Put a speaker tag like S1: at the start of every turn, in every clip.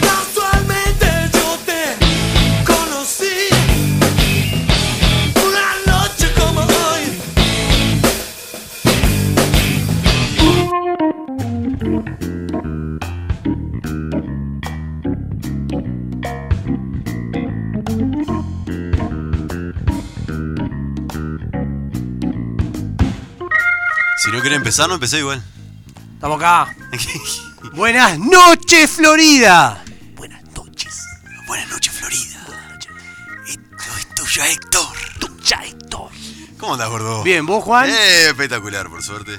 S1: Casualmente yo te conocí una noche como hoy.
S2: Si no quiere empezar, no empecé igual.
S3: Estamos acá. Buenas noches, Florida. Buenas noches. Buenas noches, Florida. Buenas noches. Esto es tuya, Héctor. Tuya, Héctor.
S2: ¿Cómo andás, gordo?
S3: Bien, Eh, ¿vos, Juan?
S2: Oh. Eh, espectacular, por suerte.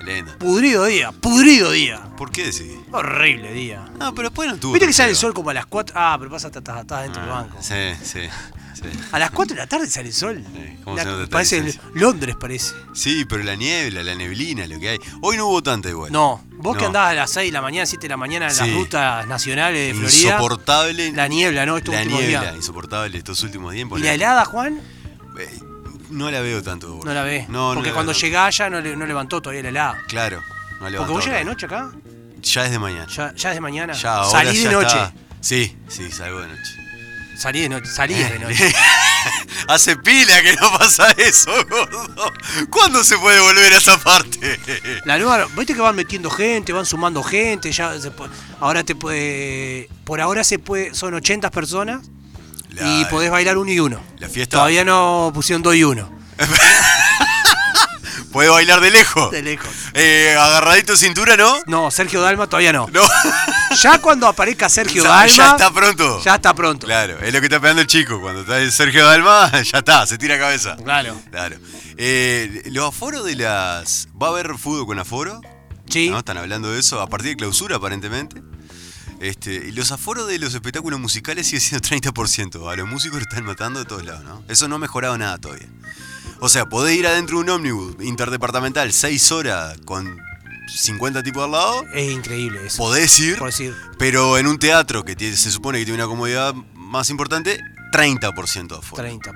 S2: Elena.
S3: Pudrido día, pudrido día.
S2: ¿Por qué decís?
S3: Horrible día.
S2: No, pero después no tuvo.
S3: Viste
S2: tan
S3: que sale el
S2: feo.
S3: sol como a las 4. Ah, pero pasa hasta, hasta dentro del banco.
S2: Ah, Sí, sí. Sí.
S3: A las 4 de la tarde sale el sol.
S2: Sí, ¿cómo
S3: La-
S2: se nota esta
S3: parece
S2: distancia?
S3: Londres, parece.
S2: Sí, pero la niebla, la neblina, lo que hay. Hoy no hubo tanta igual.
S3: No, vos que
S2: No.
S3: andabas a las 6 de la mañana, 7 de la mañana en
S2: Sí.
S3: las rutas nacionales de Florida.
S2: Insoportable.
S3: La niebla, ¿no? Estos
S2: la
S3: últimos
S2: niebla,
S3: días.
S2: insoportable estos últimos días.
S3: ¿Y la helada, Juan?
S2: Eh, no la veo tanto. gordo.
S3: No la ve.
S2: No, no
S3: Porque
S2: la
S3: cuando
S2: veo
S3: llega allá no, le- no levantó todavía la helada.
S2: tanto. Claro. No la
S3: Porque vos llegas de noche acá,
S2: Ya es de mañana.
S3: ya, ya es de mañana.
S2: Ya, ahora
S3: salí de
S2: ya
S3: noche.
S2: está. Sí, sí, salgo de noche.
S3: Salí de noche. Salí de noche.
S2: Hace pila que no pasa eso, gordo. ¿Cuándo se puede volver a esa parte?
S3: La nueva, viste que van metiendo gente, van sumando gente, ya se po- ahora te puede. Por ahora se puede. Son 80 personas y
S2: La-
S3: podés bailar uno y uno.
S2: La fiesta-
S3: Todavía no pusieron dos y uno.
S2: ¿Puede bailar de lejos?
S3: De lejos.
S2: Eh, agarradito cintura, ¿no?
S3: No, Sergio Dalma todavía no.
S2: No.
S3: Ya cuando aparezca Sergio
S2: Ya-
S3: Dalma.
S2: ya está pronto.
S3: Ya está pronto.
S2: Claro, es lo que está pegando el chico. Cuando está el Sergio Dalma, ya está, se tira a cabeza.
S3: Claro.
S2: Claro. Eh, los aforos de las. ¿Va a haber fútbol con aforo?
S3: Sí.
S2: ¿No? Están hablando de eso a partir de clausura, aparentemente. Este, y los aforos de los espectáculos musicales sigue siendo 30%. A los músicos lo están matando de todos lados, ¿no? Eso no ha mejorado nada todavía. O sea, podés ir adentro de un ómnibus interdepartamental 6 horas con 50 tipos al lado.
S3: Es increíble eso.
S2: Podés ir,
S3: Por decir.
S2: pero en un teatro que tiene- se supone que tiene una comodidad más importante, 30% de aforo.
S3: 30% de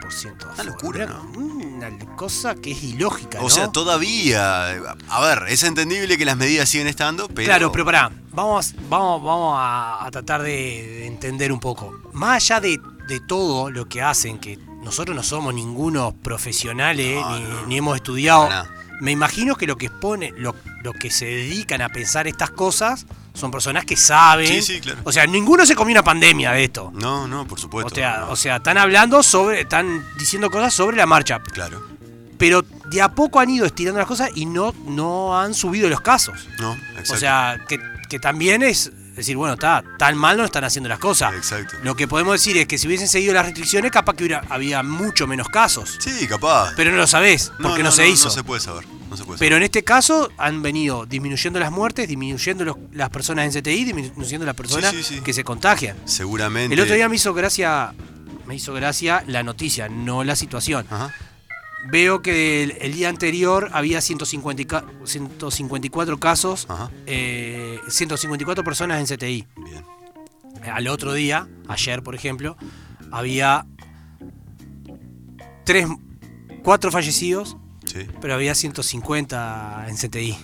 S2: Una
S3: aforo.
S2: locura,
S3: Mirá,
S2: ¿no?
S3: Una cosa que es ilógica,
S2: O
S3: ¿no?
S2: sea, todavía. A ver, es entendible que las medidas siguen estando, pero.
S3: Claro, pero pará, vamos, vamos, vamos a, a tratar de, de entender un poco. Más allá de, de todo lo que hacen, que nosotros no somos ningunos profesionales,
S2: No,
S3: ni,
S2: no.
S3: ni hemos estudiado,
S2: Para nada.
S3: me imagino que lo que expone, lo, lo que se dedican a pensar estas cosas, son personas que saben.
S2: Sí, sí, claro.
S3: O sea, ninguno se comió una pandemia de esto.
S2: No, no, por
S3: O
S2: supuesto.
S3: sea,
S2: no.
S3: o sea, están hablando sobre, están diciendo cosas sobre la marcha,
S2: Claro.
S3: pero de a poco han ido estirando las cosas y no, no han subido los casos.
S2: No, exacto.
S3: O sea, que, que también es decir, bueno, está tan mal no están haciendo las cosas.
S2: Exacto.
S3: Lo que podemos decir es que si hubiesen seguido las restricciones, capaz que hubiera, había mucho menos casos.
S2: Sí, capaz.
S3: Pero no lo sabés, porque no, se hizo.
S2: No se puede saber. No se puede saber.
S3: Pero en este caso han venido disminuyendo las muertes, disminuyendo los- las personas en CTI, disminuyendo las personas
S2: sí, sí.
S3: que se contagian.
S2: Seguramente.
S3: El otro día me hizo gracia, me hizo gracia la noticia, no la situación.
S2: Ajá.
S3: Veo que el, el día anterior había 150 y ca- 154 casos,
S2: Ajá.
S3: eh, 154 personas en CTI.
S2: Bien.
S3: Eh, Al otro día, ayer por ejemplo, había tres, cuatro fallecidos,
S2: Sí.
S3: pero había 150 en CTI.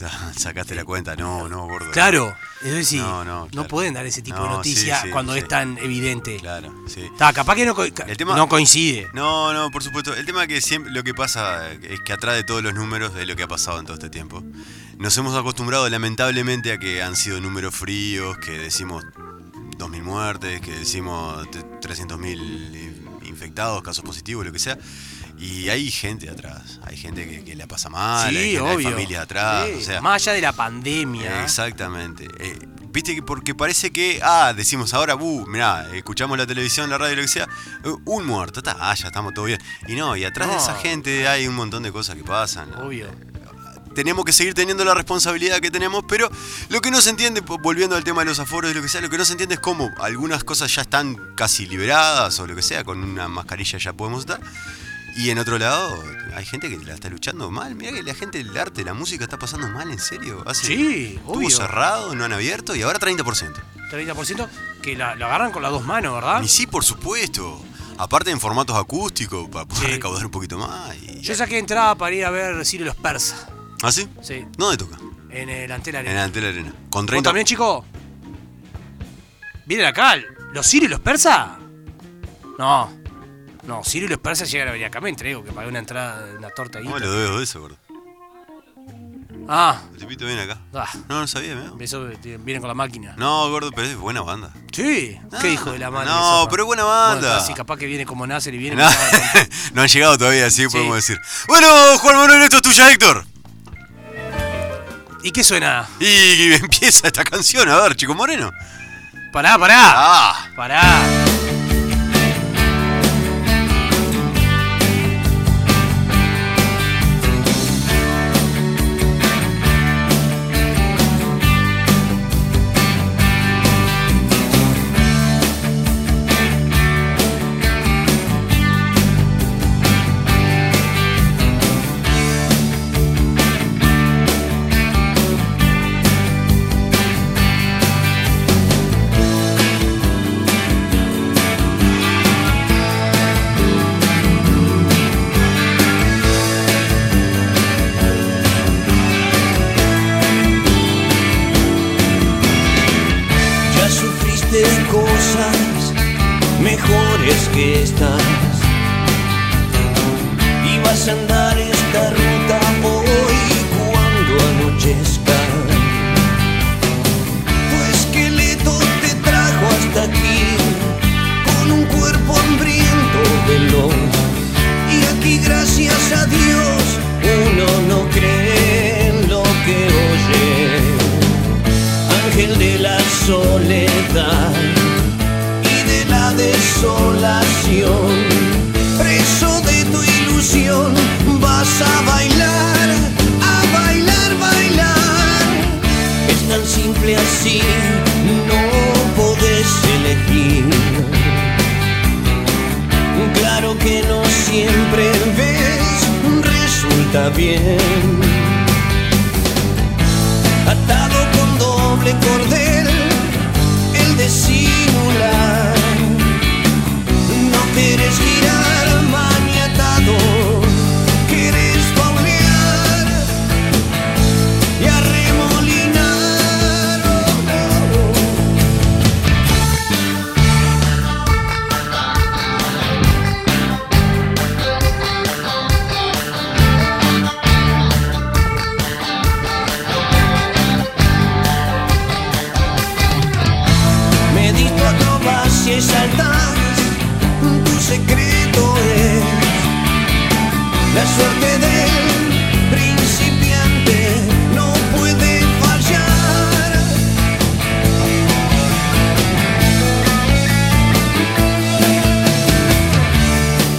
S2: Ah, Sacaste la cuenta. No, no, gordo.
S3: Claro, es decir,
S2: No,
S3: no,
S2: no, claro.
S3: pueden dar ese tipo de
S2: No,
S3: noticias
S2: sí, sí,
S3: cuando
S2: sí.
S3: es tan evidente.
S2: Claro, sí.
S3: Está, capaz que no, co-
S2: El tema-
S3: no coincide.
S2: No, no, por supuesto. El tema que siempre lo que pasa es que atrás de todos los números de lo que ha pasado en todo este tiempo. Nos hemos acostumbrado lamentablemente a que han sido números fríos, que decimos 2.000 muertes, que decimos t- 300.000 in- infectados, casos positivos, lo que sea. Y hay gente atrás, hay gente que, que la pasa mal, hay,
S3: sí,
S2: gente- hay
S3: obvio.
S2: familias atrás.
S3: Sí,
S2: o sea,
S3: más allá de la pandemia.
S2: Exactamente. Eh, Viste que porque parece que, ah, decimos ahora, uh, mirá, escuchamos la televisión, la radio, lo que sea, eh, un muerto, está, ah, ya estamos todo bien. Y no, y atrás de
S3: No.
S2: esa gente hay un montón de cosas que pasan.
S3: Obvio.
S2: Tenemos que seguir teniendo la responsabilidad que tenemos, pero lo que no se entiende, po- volviendo al tema de los aforos y lo que sea, lo que no se entiende es cómo algunas cosas ya están casi liberadas o lo que sea, con una mascarilla ya podemos estar. Y en otro lado, hay gente que la está luchando mal. Mira que la gente del arte, la música está pasando mal, en serio. Hace,
S3: Sí,
S2: estuvo
S3: obvio.
S2: cerrado, no han abierto y ahora 30%.
S3: 30% que la, la agarran con las dos manos, ¿verdad?
S2: Y sí, por supuesto. Aparte en formatos acústicos, para poder
S3: Sí.
S2: recaudar un poquito más. y-
S3: Yo saqué entrada para ir a ver Ciro y los Persas
S2: ¿Ah, sí?
S3: Sí.
S2: ¿Dónde toca?
S3: en el Antel
S2: En
S3: Arena.
S2: la Antel Arena. Con
S3: ¿Vos
S2: 30.
S3: también, chico? ¿Vienen acá? ¿Los Ciro y los Persas? No. No, Ciro y los Persas llegan a venir acá. Me entrego que pagué una entrada, una torta ahí.
S2: ¿Cómo lo veo de eso, gordo?
S3: Ah,
S2: El tipito viene acá.
S3: ah,
S2: No, no sabía, ¿no?
S3: eso eh, vienen con la máquina.
S2: No, gordo, pero es buena banda.
S3: Sí,
S2: Ah,
S3: qué hijo de la madre.
S2: no,
S3: que sopa.
S2: pero es buena banda.
S3: Bueno, sí, capaz que viene como Nasser y viene.
S2: No, no han llegado todavía, así podemos decir. Bueno, Juan Manuel, esto es tuya, Héctor.
S3: ¿Y qué suena?
S2: Y empieza esta canción, a ver, Chico Moreno.
S3: Pará, pará.
S2: Ah,
S3: Pará.
S4: Ya sufriste cosas mejores que estas. Y vas a andar esta ruta hoy cuando anochezca. Tu esqueleto te trajo hasta aquí con un cuerpo hambriento de luz. Y aquí, gracias a Dios, uno no cree en lo que oye ángel de la soledad y de la desolación. Preso de tu ilusión, vas a bailar, a bailar, bailar. Es tan simple así, no podés elegir. Claro que no siempre ves, resulta bien atado con doble cordel, el de simular. No quieres girar maniatado, quieres faulear y arremolinar. Oh, oh, oh. Me diste acrobacias y saltas, tu secreto es la suerte del principiante, no puede fallar.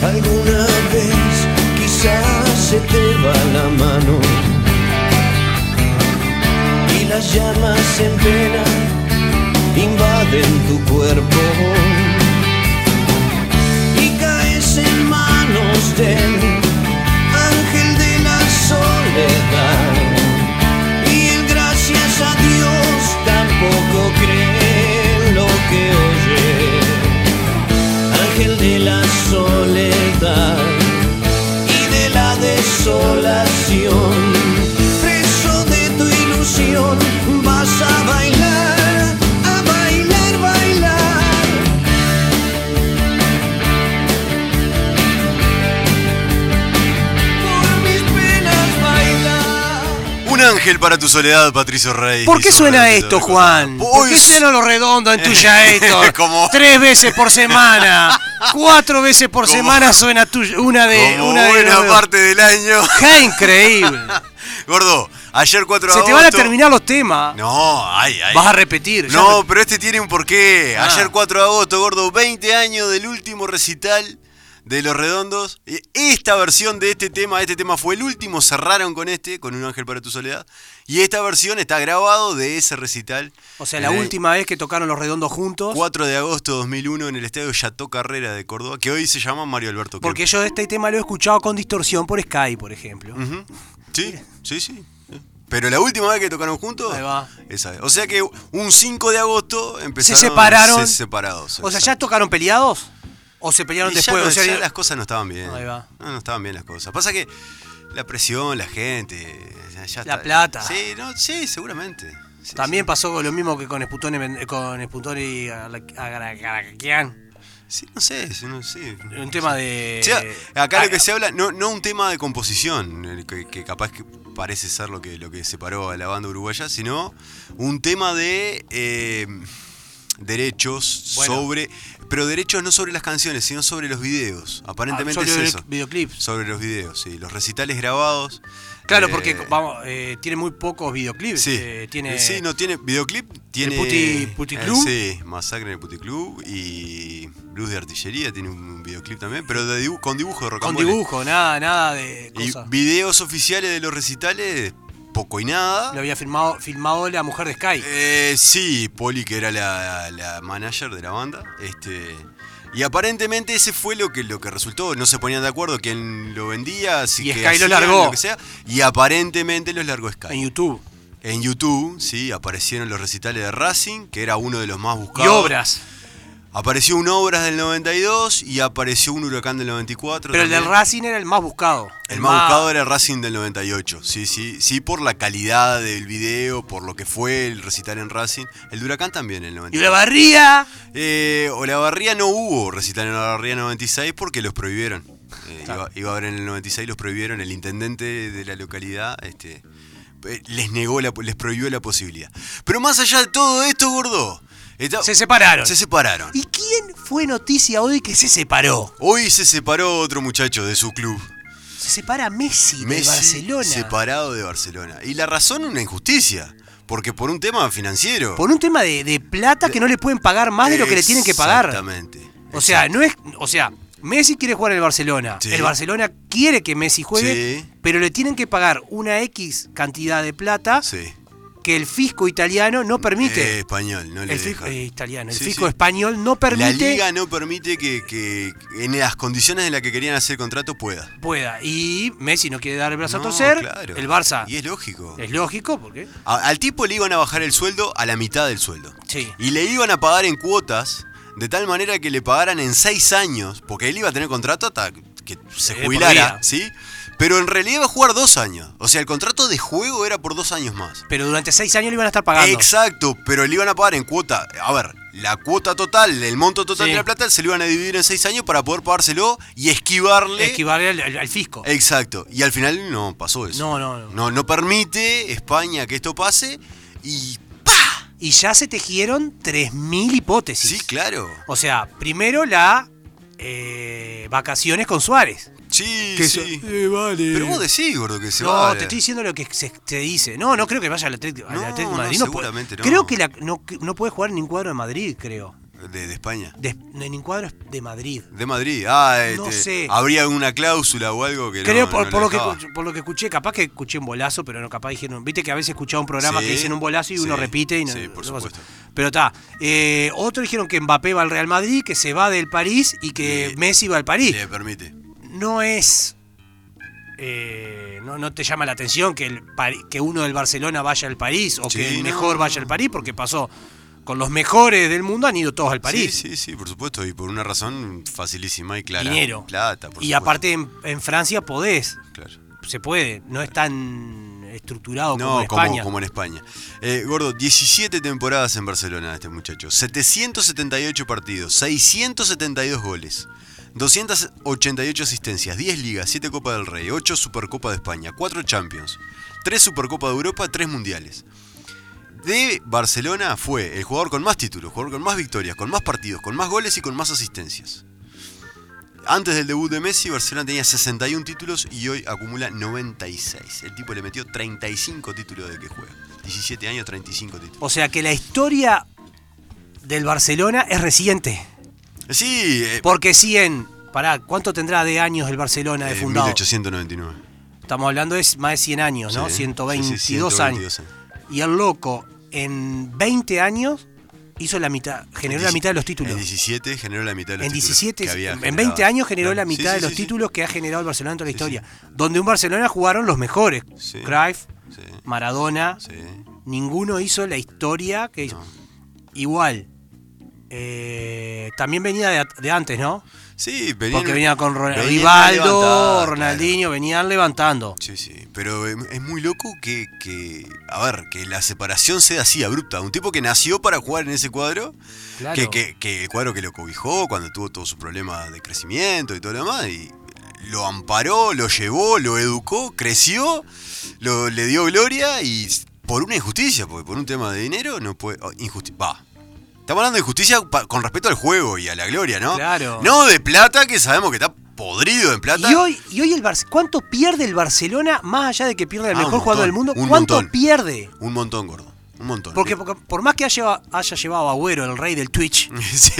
S4: Alguna vez quizás se te va la mano y las llamas en pena invaden tu cuerpo y caes en manos del ángel de la soledad y el gracias a Dios tampoco cree en lo que oye ángel de la soledad y de la desolación. Preso de tu ilusión, vas a bailar, a bailar, bailar. Por mis penas bailar.
S2: un ángel para tu soledad, Patricio Rey.
S3: ¿Por qué
S2: Hizo
S3: suena
S2: realmente
S3: esto,
S2: otra cosa.
S3: Juan? ¿Por qué
S2: Boys.
S3: suena lo redondo en tuya, Héctor?
S2: Como-
S3: Tres veces por semana. Cuatro veces por
S2: Como-
S3: semana suena tuya, una de.
S2: Como
S3: una de-
S2: buena parte del año.
S3: ¡Qué increíble!
S2: Gordo, ayer 4 de
S3: Se te
S2: agosto.
S3: van a terminar los temas.
S2: No, ay, ay.
S3: Vas a repetir. ya
S2: No,
S3: te-
S2: pero este tiene un porqué.
S3: Ah.
S2: Ayer 4 de agosto, gordo, 20 años del último recital de Los Redondos. Eh, Esta versión de este tema, este tema fue el último, cerraron con este, con Un Ángel para tu Soledad. Y esta versión está grabado de ese recital.
S3: O sea, la
S2: En el
S3: última vez que tocaron los redondos juntos.
S2: 4 de agosto de 2001 en el estadio Chateau Carrera de Córdoba, que hoy se llama Mario Alberto
S3: Porque
S2: Kempf.
S3: yo este tema lo he escuchado con distorsión por Sky, por ejemplo.
S2: Ujú. Sí, sí, sí. Pero la última vez que tocaron juntos,
S3: Ahí va.
S2: esa vez. O sea que un 5 de agosto empezaron
S3: separaron.
S2: se separados.
S3: O sea, ¿ya tocaron peleados? ¿O se pelearon
S2: Y ya
S3: después?
S2: no-
S3: O sea,
S2: ya las cosas no estaban bien.
S3: Ahí va.
S2: No, no estaban bien las cosas. Pasa que la presión, la gente. ya- ya
S3: La
S2: está-
S3: plata.
S2: Sí, no, sí, seguramente. Sí,
S3: También pasó lo mismo que con Esputón y Men- con Esputón y Agara- Agarakian.
S2: Sí, no sé, sí, no sé.
S3: Un tema de.
S2: O sea, acá lo que
S3: Ah,
S2: se habla, no, no un tema de composición, el que, que capaz que parece ser lo que, lo que separó a la banda uruguaya, sino un tema de eh, derechos
S3: Bueno.
S2: sobre. Pero derechos no sobre las canciones, sino sobre los videos. Aparentemente
S3: Ah, sobre
S2: es eso.
S3: videoclips.
S2: Sobre los videos, sí. Los recitales grabados.
S3: Claro,
S2: eh,
S3: porque vamos, eh, tiene muy pocos videoclips.
S2: Sí,
S3: eh, tiene
S2: sí, no tiene videoclip, tiene
S3: Puti- Puticlub.
S2: eh, sí, Masacre en el Puticlub y Blues de Artillería tiene un, un videoclip también, pero de dibu- con dibujo de
S3: con
S2: rocambole.
S3: dibujo, nada, nada de
S2: Y
S3: cosas.
S2: videos oficiales de los recitales, poco y nada.
S3: Lo había filmado, filmado la mujer de Sky.
S2: Eh, sí, Poli, que era la, la manager de la banda. Este, y aparentemente ese fue lo que, lo que resultó. No se ponían de acuerdo quién lo vendía. Si
S3: Y
S2: que
S3: Sky lo
S2: hacían,
S3: largó.
S2: lo que sea, y aparentemente los largó Sky.
S3: en YouTube.
S2: En YouTube, sí, aparecieron los recitales de Racing, que era uno de los más
S3: Y
S2: buscados.
S3: obras.
S2: Apareció un Obras del 92 y apareció un Huracán del 94.
S3: Pero el del
S2: también.
S3: Racing era el más buscado.
S2: El más buscado era Racing del 98, sí, sí, sí, por la calidad del video, por lo que fue el recital en Racing. El de Huracán también, el
S3: Y
S2: 98.
S3: la barría.
S2: Eh, Olavarría no hubo recital en Olavarría 96 porque los prohibieron. Eh, iba, iba a haber en el 96, los prohibieron. El intendente de la localidad este, eh, les negó, la, les prohibió la posibilidad. Pero más allá de todo esto, gordo, está-
S3: Se separaron.
S2: se separaron.
S3: ¿Y quién fue noticia hoy que se separó?
S2: Hoy se separó otro muchacho de su club.
S3: Se separa Messi, de
S2: Messi
S3: Barcelona.
S2: separado de Barcelona. Y la razón, una injusticia. Porque por un tema financiero.
S3: Por un tema de, de plata que no le pueden pagar más de
S2: Eh,
S3: lo que le tienen que pagar.
S2: Exactamente.
S3: O sea,
S2: Exacto.
S3: no es. O sea, Messi quiere jugar en el Barcelona.
S2: Sí.
S3: El Barcelona quiere que Messi juegue,
S2: Sí.
S3: pero le tienen que pagar una X cantidad de plata
S2: Sí.
S3: que el fisco italiano no
S2: Eh,
S3: permite.
S2: español, no le
S3: el fisco
S2: deja.
S3: eh, italiano, el
S2: Sí,
S3: fisco
S2: sí.
S3: español no
S2: La
S3: permite.
S2: liga no permite que, que en las condiciones en las que querían hacer el contrato pueda.
S3: pueda. Y Messi no quiere dar el brazo a
S2: No,
S3: torcer.
S2: claro.
S3: El Barça.
S2: Y es lógico.
S3: Es lógico, porque.
S2: A- al tipo le iban a bajar el sueldo a la mitad del sueldo.
S3: Sí.
S2: Y le iban a pagar en cuotas, de tal manera que le pagaran en seis años, porque él iba a tener contrato hasta que se
S3: Eh, por vida.
S2: jubilara, ¿sí? Pero en realidad iba a jugar dos años. O sea, el contrato de juego era por dos años más.
S3: Pero durante seis años le iban a estar pagando.
S2: Exacto, pero le iban a pagar en cuota. A ver, la cuota total, el monto total
S3: Sí.
S2: de la plata, se lo iban a dividir en seis años para poder pagárselo y esquivarle.
S3: Esquivarle al, al- al fisco.
S2: Exacto. Y al final no pasó eso.
S3: No, no, no.
S2: No, no, permite España que esto pase y.
S3: Y ya se tejieron 3.000 hipótesis.
S2: Sí, claro.
S3: O sea, primero la eh, vacaciones con Suárez.
S2: Sí,
S3: Que
S2: sí.
S3: eso- eh, vale.
S2: Pero vos decís, gordo, que se
S3: no,
S2: va.
S3: te estoy diciendo lo que se, se dice. No, no creo que vaya al Atlético, al
S2: No,
S3: Atlético de
S2: no,
S3: Madrid. puede-
S2: seguramente no.
S3: Creo que la- no, no puede jugar en ningún cuadro de Madrid, creo.
S2: De, de España.
S3: De, en ningún cuadro de Madrid.
S2: De Madrid. Ah,
S3: No
S2: este,
S3: sé.
S2: Habría una cláusula o algo que no-
S3: Creo
S2: no
S3: por,
S2: le
S3: por lo que,
S2: dejaba.
S3: escuch- por lo que escuché, capaz que escuché un bolazo, pero no capaz dijeron. Viste que a veces escuchaba un programa que
S2: Sí,
S3: dicen un bolazo y uno
S2: sí,
S3: repite y no.
S2: sí, por
S3: no pasa.
S2: supuesto.
S3: Pero está. Eh, otro dijeron que Mbappé va al Real Madrid, que se va del París y que
S2: Le-
S3: Messi va al París.
S2: Le permite.
S3: No es. eh, no, no te llama la atención que, el Pari- que uno del Barcelona vaya al París o
S2: Sí,
S3: que el
S2: no.
S3: mejor vaya al París, porque pasó. Con los mejores del mundo han ido todos al París.
S2: Sí, sí, sí, por supuesto. Y por una razón facilísima y clara.
S3: Dinero.
S2: Plata, por
S3: y
S2: supuesto.
S3: aparte en, en Francia podés.
S2: Claro.
S3: se puede, no es tan estructurado como
S2: No,
S3: en
S2: como,
S3: España.
S2: como en España. Eh, gordo, 17 temporadas en Barcelona este muchacho. 778 partidos, 672 goles, 288 asistencias, 10 ligas, 7 Copa del Rey, 8 Supercopa de España, 4 Champions, 3 Supercopa de Europa, 3 Mundiales. De Barcelona fue el jugador con más títulos, jugador con más victorias, con más partidos, con más goles y con más asistencias. Antes del debut de Messi, Barcelona tenía 61 títulos y hoy acumula 96. El tipo le metió 35 títulos de que juega. 17 años, 35 títulos.
S3: O sea que la historia del Barcelona es reciente.
S2: Sí, eh,
S3: Porque si en Pará, ¿cuánto tendrá de años el Barcelona de
S2: Eh,
S3: fundado?
S2: 1899.
S3: Estamos hablando de más de 100 años, ¿no?
S2: Sí,
S3: 122
S2: sí, sí,
S3: años.
S2: 122
S3: Y el loco, en 20 años, hizo la mitad, generó la mitad de los títulos.
S2: En 17 generó la mitad de los
S3: En
S2: títulos.
S3: 17,
S2: que había
S3: en
S2: generado.
S3: 20 años generó
S2: Claro.
S3: la
S2: Sí,
S3: mitad
S2: sí,
S3: de los
S2: sí, sí.
S3: títulos que ha generado el Barcelona en toda la
S2: Sí,
S3: historia. Donde un Barcelona jugaron los mejores.
S2: Sí.
S3: Cruyff,
S2: Sí,
S3: Maradona,
S2: sí.
S3: ninguno hizo la historia que hizo. Igual. eh, también venía de, at- de antes, ¿no?
S2: Sí, venían-
S3: Porque venía con Ron-
S2: venían
S3: Rivaldo,
S2: levantadas,
S3: Ronaldinho, venían levantando.
S2: claro. Sí, sí. Pero eh, es muy loco que, que. A ver, que la separación sea así abrupta. Un tipo que nació para jugar en ese cuadro.
S3: Claro.
S2: Que, que- que el cuadro que lo cobijó cuando tuvo todos sus problemas de crecimiento y todo lo demás. Y lo amparó, lo llevó, lo educó, creció, lo, le dio gloria y por una injusticia, porque por un tema de dinero no puede. injusticia. Va. Estamos hablando de injusticia pa- con respecto al juego y a la gloria, ¿no?
S3: Claro.
S2: No de plata, que sabemos que está podrido en plata.
S3: Y hoy, y hoy el Barce- ¿cuánto pierde el Barcelona, más allá de que pierda el
S2: Ah, un
S3: mejor jugador del mundo?
S2: montón, un
S3: ¿Cuánto
S2: montón.
S3: pierde?
S2: Un montón, gordo. Un montón.
S3: Porque, porque por más que haya, haya llevado a Agüero, el rey del Twitch,
S2: sí.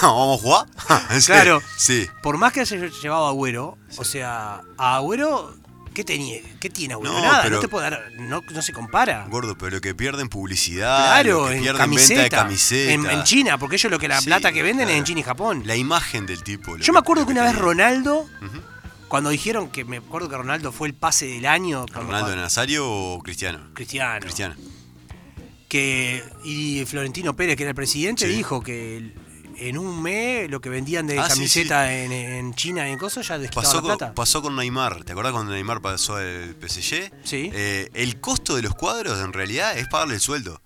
S2: Ah, ¿Vamos a jugar? Ah, Sí,
S3: Claro.
S2: Sí.
S3: por más que haya llevado a Agüero, o sea, a Agüero, ¿qué tenía? ¿Qué tiene Agüero?
S2: No,
S3: Nada, no
S2: pero-
S3: te puede dar, no, no se compara.
S2: Gordo, pero lo que pierden publicidad, lo
S3: Claro,
S2: que
S3: en
S2: pierden
S3: camiseta,
S2: venta de camiseta.
S3: En, en China, porque ellos lo que la
S2: Sí,
S3: plata que venden es en
S2: claro.
S3: China y Japón.
S2: La imagen del tipo. lo
S3: Yo me acuerdo
S2: lo
S3: que una vez
S2: tenía.
S3: Ronaldo,
S2: Ujú.
S3: cuando dijeron que me acuerdo que Ronaldo fue el pase del año, cuando-
S2: ¿Ronaldo de Nazario o Cristiano?
S3: Cristiano,
S2: Cristiano.
S3: que y Florentino Pérez, que era el presidente,
S2: Sí.
S3: dijo que el- en un mes lo que vendían de
S2: Ah, sí,
S3: camiseta En, en China y en cosas ya desquitaban
S2: Pasó
S3: la
S2: con,
S3: plata.
S2: pasó con Neymar. ¿Te acuerdas cuando Neymar pasó al PSG?
S3: Sí.
S2: Eh, el costo de los cuadros en realidad es pagarle el sueldo.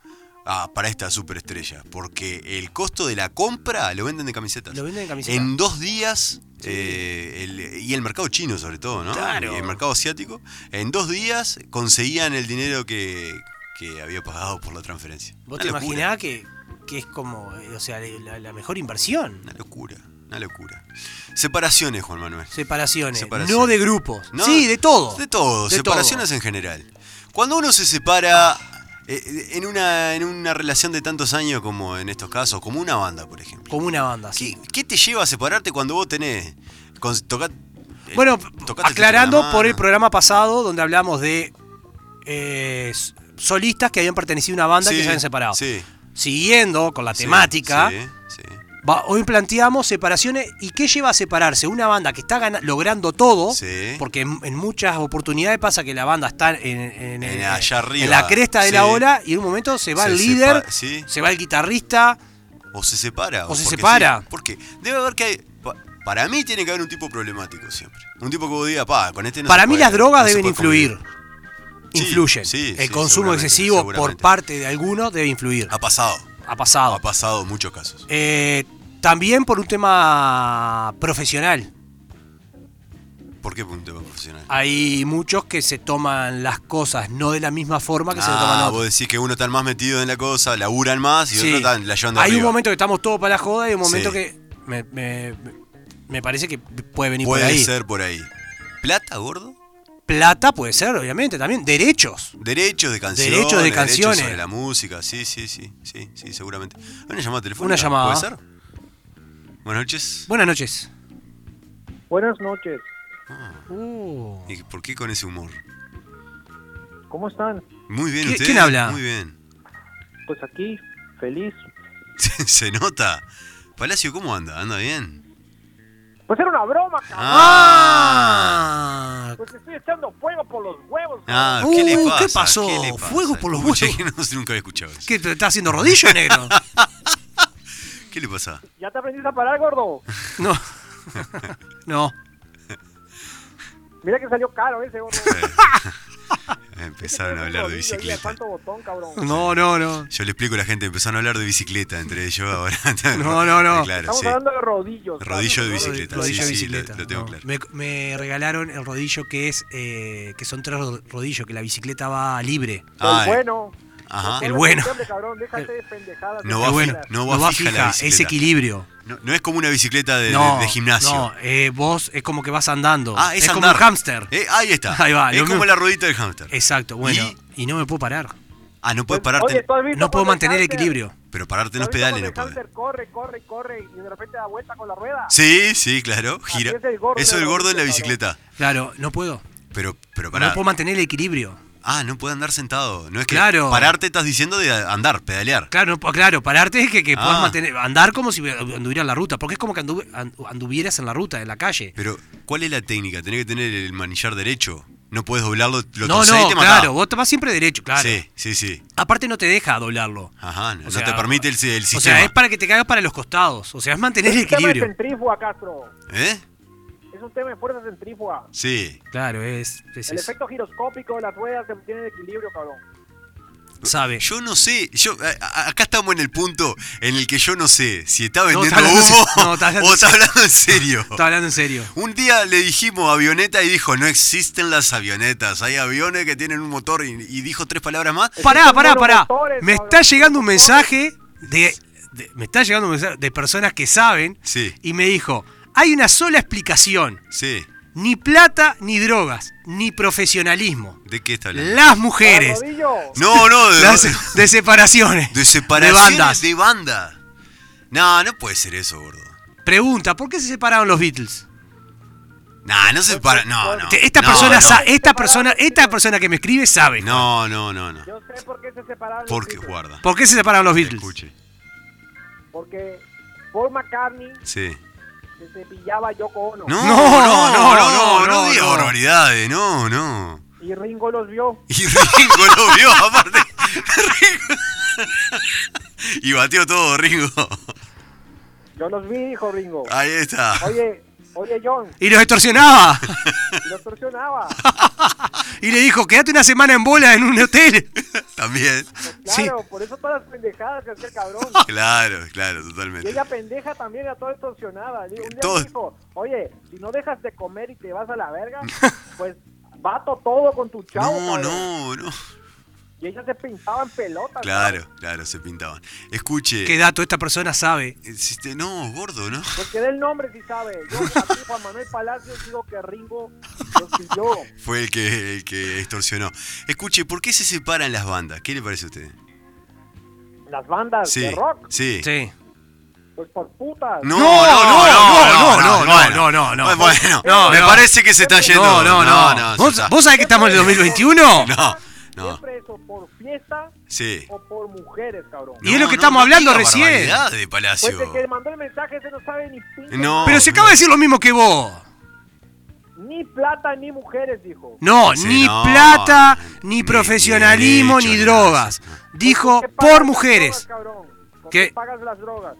S2: Ah, para esta superestrella. Porque el costo de la compra lo venden de camisetas.
S3: Lo venden de camiseta.
S2: En dos días, eh, el- y el mercado chino sobre todo, ¿no?
S3: Claro.
S2: Y el mercado asiático, en dos días conseguían el dinero que, que había pagado por la transferencia.
S3: Vos
S2: Una
S3: te
S2: locura,
S3: imaginás que, que es como, eh, o sea, la, la mejor inversión.
S2: Una locura, una locura. Separaciones, Juan Manuel.
S3: Separaciones,
S2: Separaciones.
S3: no de grupos.
S2: ¿no?
S3: Sí, de todo.
S2: De todo,
S3: De
S2: separaciones en general. Cuando uno se separa eh, en, una, en una relación de tantos años como en estos casos, como una banda, por ejemplo.
S3: Como una banda, sí.
S2: ¿Qué, qué te lleva a separarte cuando vos tenés... con- toca- eh,
S3: Bueno,
S2: tocate
S3: aclarando
S2: la
S3: por el
S2: mano?
S3: programa pasado donde hablamos de eh, s- solistas que habían pertenecido a una banda que
S2: Sí,
S3: se habían separado.
S2: Sí.
S3: Siguiendo con la
S2: sí,
S3: temática,
S2: Sí, sí.
S3: va- hoy planteamos separaciones y qué lleva a separarse una banda que está gana- logrando todo,
S2: Sí.
S3: porque en, en muchas oportunidades pasa que la banda está en, en- en-
S2: En allá arriba,
S3: en la cresta de
S2: sí.
S3: la ola y en un momento se va
S2: Se
S3: el líder,
S2: sepa- sí.
S3: se va el guitarrista,
S2: O se separa.
S3: O se
S2: porque
S3: separa.
S2: sí, porque debe haber que hay. pa- Para mí tiene que haber un tipo problemático siempre. Un tipo que vos digas, pa, con este no
S3: Para
S2: se
S3: mí
S2: puede-
S3: las drogas
S2: no se puede
S3: deben
S2: convivir".
S3: influir.
S2: Sí,
S3: Influyen.
S2: sí, sí,
S3: el consumo
S2: seguramente,
S3: excesivo por
S2: seguramente. Ah,
S3: parte de alguno debe influir.
S2: Ha pasado.
S3: Ha pasado.
S2: Ha pasado en muchos casos.
S3: Eh, también por un tema profesional.
S2: ¿Por qué por un tema profesional?
S3: Hay muchos que se toman las cosas no de la misma forma que se lo toman
S2: Ah,
S3: otros.
S2: vos decís que uno está más metido en la cosa, laburan más y
S3: Sí.
S2: otro está la llevando
S3: Hay un
S2: arriba.
S3: momento que estamos todos para la joda y un momento
S2: Sí.
S3: que me, me- me parece que puede venir
S2: Puede
S3: por ahí.
S2: ser por ahí. ¿Plata, gordo?
S3: Plata puede ser, obviamente, también. Derechos.
S2: Derechos de canciones.
S3: Derechos de canciones.
S2: sobre la música, sí, sí, sí, sí, sí, seguramente. Una llamada telefónica.
S3: Una llamada.
S2: ¿Puede ser? Buenas noches.
S3: Buenas noches.
S5: Buenas noches,
S2: ¿Y por qué con ese humor?
S5: ¿cómo están?
S2: Muy bien,
S3: ¿Qui-
S2: ¿usted?
S3: quién habla?
S2: Muy bien.
S5: Pues aquí, feliz.
S2: Se, se nota. Palacio, ¿cómo anda? ¿Anda bien?
S5: Pues era una broma, cabrón.
S2: ¡Ah!
S3: Ah,
S5: Pues estoy echando fuego por los huevos.
S2: Ah, ¿qué le
S3: Uh, ¿qué
S2: pasa?
S3: pasó?
S2: le pasa?
S3: Fuego por los
S2: Escuché
S3: huevos.
S2: que no, nunca había escuchado eso.
S3: ¿Qué te está haciendo rodillo, negro?
S2: ¿Qué le pasa?
S5: cabrón. Ya te aprendiste a parar, gordo.
S3: No. No.
S5: Mira que salió caro ese, gordo.
S2: Empezaron a hablar de
S5: Rodillo ahí, al
S2: bicicleta.
S5: santo botón, cabrón.
S3: No, no, no.
S2: Yo le explico a la gente, empezaron a hablar de bicicleta entre ellos ahora.
S3: No, no, no.
S2: Claro,
S5: Estamos
S2: sí.
S5: hablando de rodillos.
S2: Rodillo de
S5: Estamos
S2: bicicleta,
S3: Rodillo
S2: sí,
S3: de
S2: sí, lo-
S3: bicicleta,
S2: lo tengo
S3: no.
S2: claro.
S3: Me, me regalaron el rodillo que es eh, que son tres ro- rodillos, que la bicicleta va libre.
S5: hablando
S2: Ah,
S5: del bueno.
S2: Ajá. Eh,
S3: El bueno.
S5: Hombre, cabrón, déjate de pendejadas.
S2: No
S5: de
S2: va
S3: Pero
S5: mentiras.
S3: bueno,
S2: no va fija la
S3: ese
S2: bicicleta.
S3: equilibrio.
S2: No, no es como una bicicleta de, de-
S3: no,
S2: de gimnasio.
S3: No, eh, vos es como que vas andando.
S2: Ah, es,
S3: como un
S2: andar.
S3: hámster.
S2: Eh, ahí está.
S3: Ahí va,
S2: Es
S3: lo
S2: como
S3: mismo.
S2: la ruedita del hámster.
S3: Exacto, bueno. Y, no me puedo parar.
S2: Ah, no puedes
S5: Oye,
S2: pararte.
S5: ¿tú has visto
S3: No puedo
S5: cuántos
S3: mantener el
S5: cánceres?
S3: equilibrio.
S2: Pero pararte en los
S5: ¿Lo viste
S2: pedales no
S5: cuando
S2: podés.
S5: Hunter corre, corre, corre y de repente da vuelta con la rueda.
S2: Sí, sí, claro, gira.
S5: Así Ah, es el gordo
S2: Eso
S5: de
S2: del
S5: la
S2: gordo en la
S5: bicicleta,
S2: bicicleta.
S3: Claro, no puedo.
S2: Pero, pero
S3: No
S2: pará.
S3: puedo mantener el equilibrio.
S2: Ah, no puede andar sentado. No es que
S3: Claro.
S2: pararte estás diciendo de a- andar, pedalear.
S3: Claro, no puedo- claro pararte es que, que puedas
S2: Ah.
S3: mantener, andar como si anduvieras en la ruta, porque es como que anduve- andu- anduvieras en la ruta, en la calle.
S2: Pero, ¿cuál es la técnica? Tenés que tener el manillar derecho. No puedes doblarlo, lo
S3: No,
S2: torcés y
S3: no,
S2: te matás.
S3: claro, vos te vas siempre derecho, claro.
S2: Sí, sí, sí.
S3: Aparte no te deja doblarlo.
S2: Ajá, no,
S3: O
S2: no
S3: sea,
S2: te permite el, el
S3: O
S2: sistema.
S3: sea, es para que te cagas para los costados. O sea, es mantener el
S5: Es un tema de
S3: equilibrio.
S5: centrífuga, Castro.
S2: ¿Eh?
S5: Es un tema de fuerza centrífuga.
S2: Sí.
S3: Claro, es, es
S5: El
S3: eso.
S5: efecto giroscópico de las ruedas te mantiene en equilibrio, cabrón.
S3: Sabe.
S2: Yo no sé, yo a- a- acá estamos en el punto en el que yo no sé si está vendiendo
S3: hablando en
S2: humo
S3: serio. No, está hablando
S2: o
S3: en
S2: está
S3: serio.
S2: hablando en serio.
S3: Está hablando en serio.
S2: Un día le dijimos avioneta y dijo, no existen las avionetas, hay aviones que tienen un motor y, y dijo tres palabras más.
S3: Pará,
S5: son
S3: pará,
S5: los
S3: pará.
S5: motores,
S3: Me
S5: cabrón,
S3: está llegando un
S5: los
S3: mensaje de, de- me está llegando un mensaje de personas que saben
S2: Sí.
S3: y me dijo, "Hay una sola explicación,
S2: Sí,
S3: ni plata ni drogas, ni profesionalismo.
S2: ¿de qué está hablando?
S3: Las mujeres,
S5: Rodillo,
S2: No, no, de,
S3: las de separaciones,
S2: de separaciones
S3: de bandas."
S2: de banda. No, no puede ser eso, gordo.
S3: Pregunta, ¿por qué se separaron los Beatles?
S2: Nah, no se separa, no, no.
S3: Te- esta
S2: no,
S3: persona,
S2: no.
S3: sa- esta persona, esta persona que me escribe sabe.
S2: No, no, no, no.
S5: yo sé por qué se separaron. los
S2: Porque,
S5: Beatles.
S2: guarda,
S3: ¿Por qué se separaron los Beatles?
S2: escuche.
S5: Porque Paul McCartney
S2: Sí.
S5: se cepillaba a Yoko Ono.
S2: No,
S3: No,
S2: no, no, no, no,
S3: no, no,
S2: diga
S3: no.
S2: barbaridades, no, no.
S5: Y Ringo los vio.
S2: Y Ringo lo vio, aparte. Ringo. Y batió todo, Ringo.
S5: Yo los vi, dijo Ringo.
S2: Ahí está.
S5: Oye, oye, John,
S3: Y los extorsionaba.
S5: y lo torsionaba.
S3: y le dijo, quédate una semana en bola en un hotel.
S2: También.
S5: Pues Claro, por eso todas las pendejadas que hacía el cabrón.
S2: Claro, claro,
S5: Y
S2: totalmente.
S5: ella pendeja también, a todo extorsionada. Digo, Un día
S2: Todo-
S5: me dijo, oye, si no dejas de comer y te vas a la verga, pues vato todo con tu chavo.
S2: No,
S5: cabrón".
S2: no, no.
S5: Y ella se pintaba en pelotas.
S2: Claro, claro, se pintaban.
S3: Qué
S2: Escuche.
S3: dato esta persona sabe.
S2: este, No, gordo, ¿no?
S5: Porque del nombre si sabe. Yo, a ti, Juan Manuel Palacios, digo que Ringo lo siguió.
S2: Fue el que, el que extorsionó. Escuche, ¿por qué se separan las bandas? ¿Qué le parece a usted?
S5: Las bandas
S2: Sí.
S5: de rock,
S2: Sí.
S3: Sí.
S5: pues por putas.
S2: No, no, no, no, no, no,
S3: no, no, no.
S2: Bueno,
S3: No,
S2: me
S3: no.
S2: parece que se está yendo.
S3: No, no, no.
S2: se
S3: ¿Vos,
S2: está-
S3: vos sabés que estamos en el 2021?
S2: No, no.
S5: Siempre eso, por fiesta
S2: Sí.
S5: o por mujeres, cabrón.
S3: Y es lo que estamos hablando
S2: diga
S3: recién.
S2: barbaridad de
S5: Pues el
S2: Palacio.
S5: que mandó el mensaje se no sabe ni pinche
S2: No.
S3: Pero se acaba de decir lo mismo que vos.
S5: Ni plata ni mujeres, dijo.
S3: No,
S2: Sí,
S3: ni
S2: no.
S3: plata,
S2: Ni-
S3: ni profesionalismo,
S2: ni
S3: ni,
S2: derecho, ni
S3: drogas. Dijo
S5: ¿Con qué pagas
S3: por
S5: las
S3: mujeres.
S5: drogas, cabrón? ¿Con
S3: ¿Qué?
S5: qué pagas las drogas?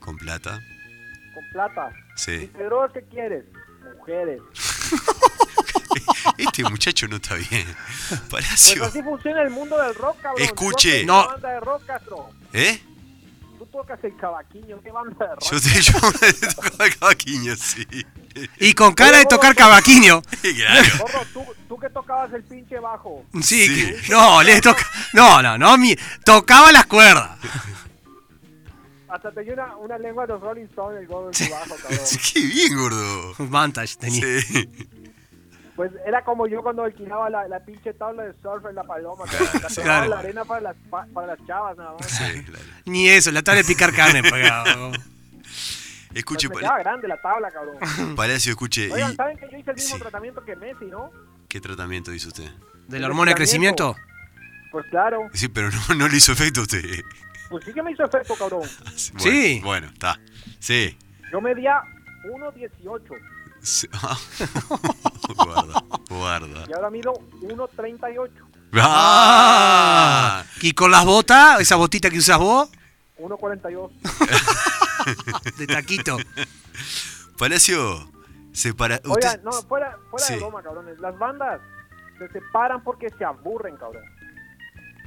S2: Con plata.
S5: Con plata. ¿Y
S2: Sí.
S5: qué drogas que quieres? Mujeres. Pues
S2: Este muchacho no está bien.
S5: Pues
S2: Palacio.
S5: así funciona el mundo del rock, cabrón.
S2: Escuche.
S5: Tú haces
S3: No.
S5: una banda de rock, Castro.
S2: ¿Eh?
S5: Tú tocas el cabaquiño, ¿qué banda de rock?
S2: Yo te yo te tocaba el cavaquinho, sí.
S3: Y con cara de tocar cabaquiño.
S2: Claro.
S5: Gordo, tú, tú que tocabas el pinche bajo.
S3: Sí,
S2: Sí.
S3: que- no, le toca. No, no, no, mi- tocaba las cuerdas.
S5: Hasta tenía una, una lengua de los Rolling Stones, el gordo en su bajo, cabrón.
S2: Sí, Qué bien, gordo.
S3: Vantage tenía.
S2: Sí.
S5: Pues era como yo cuando alquilaba la, la pinche tabla de surf en la paloma, cabrón. La tabla
S3: Claro.
S5: de la arena para las, pa- para las chavas, nada más.
S2: Sí, claro.
S3: Ni eso, la tabla de picar carne pues, ah, pagaba.
S2: Escuche,
S5: Pues me
S2: Pal-
S5: quedaba grande la tabla, cabrón.
S2: Palacio, escuche.
S5: Oigan,
S2: ¿Y
S5: ¿saben que yo hice el mismo
S2: sí.
S5: tratamiento que Messi, no?
S2: qué tratamiento hizo usted?
S3: ¿De la hormona de crecimiento?
S5: Pues claro.
S2: Sí, pero no, no le hizo efecto a usted.
S5: Pues sí que me hizo efecto, cabrón.
S2: Bueno,
S3: Sí.
S2: Bueno, está. Sí.
S5: Yo medía 1.18
S2: Sí. guarda, guarda.
S5: y ahora mido 1.38,
S2: ¡Ah!
S3: Y con las botas, esa botita que usas vos,
S5: 1.42.
S3: de taquito.
S2: Palacio, separa.
S5: Oigan,
S2: usted-
S5: no, fuera, fuera
S2: Sí.
S5: de broma, cabrones. Las bandas se separan porque se aburren, cabrón.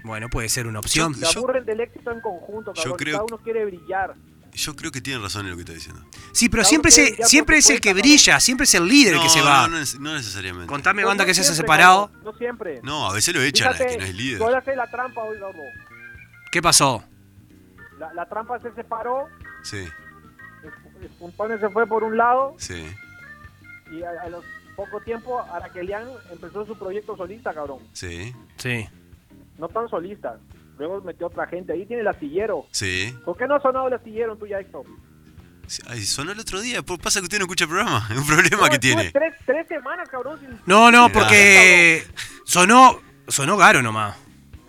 S3: Bueno, puede ser una opción.
S5: Se
S2: Yo-
S5: aburren del éxito en conjunto,
S2: yo
S5: cabrón.
S2: creo-
S5: Cada uno quiere brillar.
S2: Yo creo que tiene razón en lo que está diciendo.
S3: Sí, pero
S5: Claro
S3: siempre,
S5: que
S3: se,
S5: ya
S3: siempre
S5: por
S3: es el que
S5: supuesto,
S3: brilla, siempre es el líder el que se va.
S2: No, no, neces- no necesariamente.
S3: Contame
S5: No,
S3: banda
S5: no
S3: que se haya
S5: siempre,
S3: separado.
S5: cabrón, No siempre.
S2: No, a veces lo echan a que no es líder.
S5: Yo le hice la trampa hoy, gordo.
S3: ¿Qué pasó?
S5: La, la trampa se separó,
S2: Sí,
S5: Espontáneo se fue por un lado
S2: sí.
S5: y a, a los poco tiempo Araquelian empezó su proyecto solista, cabrón.
S2: Sí.
S3: Sí.
S5: No tan solista. luego metió otra gente. Ahí tiene el astillero.
S2: Sí.
S5: ¿Por qué no ha sonado el astillero en tu ya, Héctor?
S2: Sí, Ay, sonó el otro día. Por- Pasa que usted no escucha el programa. Es un problema que
S5: Estuve
S2: tiene.
S5: Tres, tres semanas, cabrón. sin-
S3: No, no, porque sonó, sonó Garo nomás.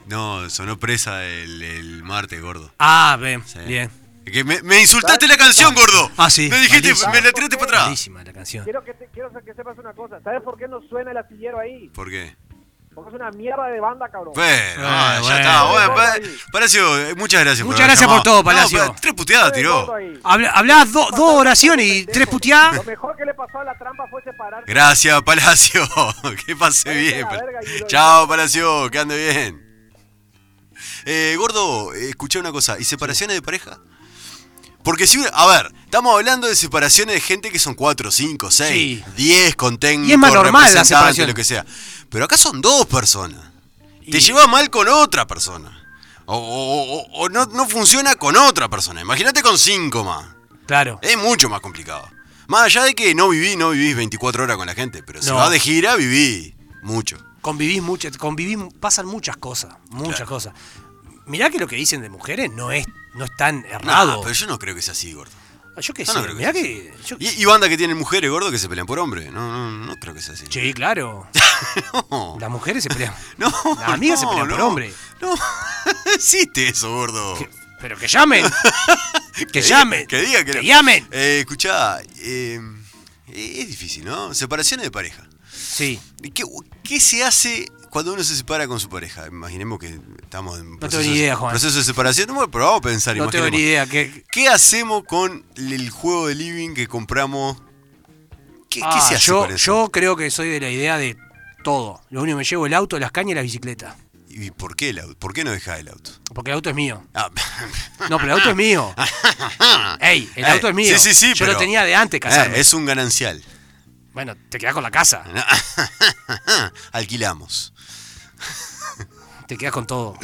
S2: No, sonó presa el, el martes, gordo.
S3: Ah, bien,
S2: Sí.
S3: bien.
S2: Que me, me insultaste la canción, gordo.
S3: Ah, sí.
S2: Me dijiste,
S3: Malísimo.
S2: me la tiraste para atrás.
S3: Buenísima la canción.
S5: Quiero que, te- quiero que sepas una cosa. ¿Sabes por qué no suena el astillero ahí?
S2: ¿Por qué?
S5: Porque es una mierda de banda, cabrón.
S2: Bueno,
S3: Eh,
S2: ah, ya
S3: bueno.
S2: está. Bueno, pa- Palacio, eh, muchas gracias
S3: Muchas gracias por
S2: llamado.
S3: todo,
S2: No,
S3: Palacio.
S2: pa- tres puteadas tiró.
S5: Ahí.
S3: Habla- Hablás do- Ah, dos oraciones y tres puteadas.
S5: Lo mejor que le pasó a la trampa fue separarse.
S2: Gracias, Palacio. que pase
S5: Vete a
S2: bien.
S5: la
S2: Pal-
S5: verga, Guido.
S2: Chao, Palacio. Que ande bien. Eh, gordo, eh, escuché una cosa. ¿Y separaciones de pareja? Porque si, a ver, estamos hablando de separaciones de gente que son 4, 5, 6,
S3: Sí.
S2: 10 con técnico,
S3: Y es más normal la
S2: representante,
S3: separación.
S2: lo que sea. Pero acá son dos personas. Te lleva mal con otra persona. O, o- o- o no, no funciona con otra persona. Imagínate con cinco más.
S3: Claro.
S2: Es mucho más complicado. Más allá de que no viví, no vivís 24 horas con la gente, pero si
S3: No.
S2: vas de gira, viví mucho.
S3: Convivís mucho, convivís, pasan muchas cosas, muchas
S2: Claro.
S3: cosas. Mirá que lo que dicen de mujeres no es, no es tan
S2: Nada,
S3: errado.
S2: pero yo no creo que sea así, gordo.
S3: yo qué
S2: yo
S3: sé,
S2: no creo que
S3: mirá
S2: sea
S3: que. yo-
S2: Y, y banda que tienen mujeres, gordo, que se pelean por hombre. No, no, no creo que sea así.
S3: Sí, claro.
S2: No,
S3: Las mujeres se pelean.
S2: no.
S3: Las amigas se
S2: no,
S3: pelean por
S2: no.
S3: hombre.
S2: No, existe eso, gordo.
S3: Que- pero que llamen. que llamen.
S2: Que diga que,
S3: que
S2: no.
S3: llamen.
S2: Eh, escuchá, eh, es difícil, ¿no? Separaciones de pareja.
S3: Sí.
S2: ¿Qué, qué se hace cuando uno se separa con su pareja? Imaginemos que estamos en
S3: tengo ni idea, Juan.
S2: proceso de separación. Bueno, pero vamos a pensar,
S3: No tengo
S2: imaginemos.
S3: ni idea. Que,
S2: ¿Qué hacemos con el juego de living que compramos? ¿Qué, qué
S3: Ah,
S2: se hace
S3: yo,
S2: con eso?
S3: yo creo que soy de la idea de todo. Lo único que me llevo es el auto, las cañas y la bicicleta.
S2: ¿Y por qué, el auto? ¿Por qué no dejás el auto?
S3: Porque el auto es mío.
S2: Ah,
S3: No, pero el auto es mío. Ey, el
S2: eh,
S3: auto es mío.
S2: Sí, sí, sí.
S3: Yo
S2: pero-
S3: lo tenía de antes casarme.
S2: Eh, es un ganancial.
S3: Bueno, te quedás con la casa.
S2: Alquilamos.
S3: Te quedás con todo.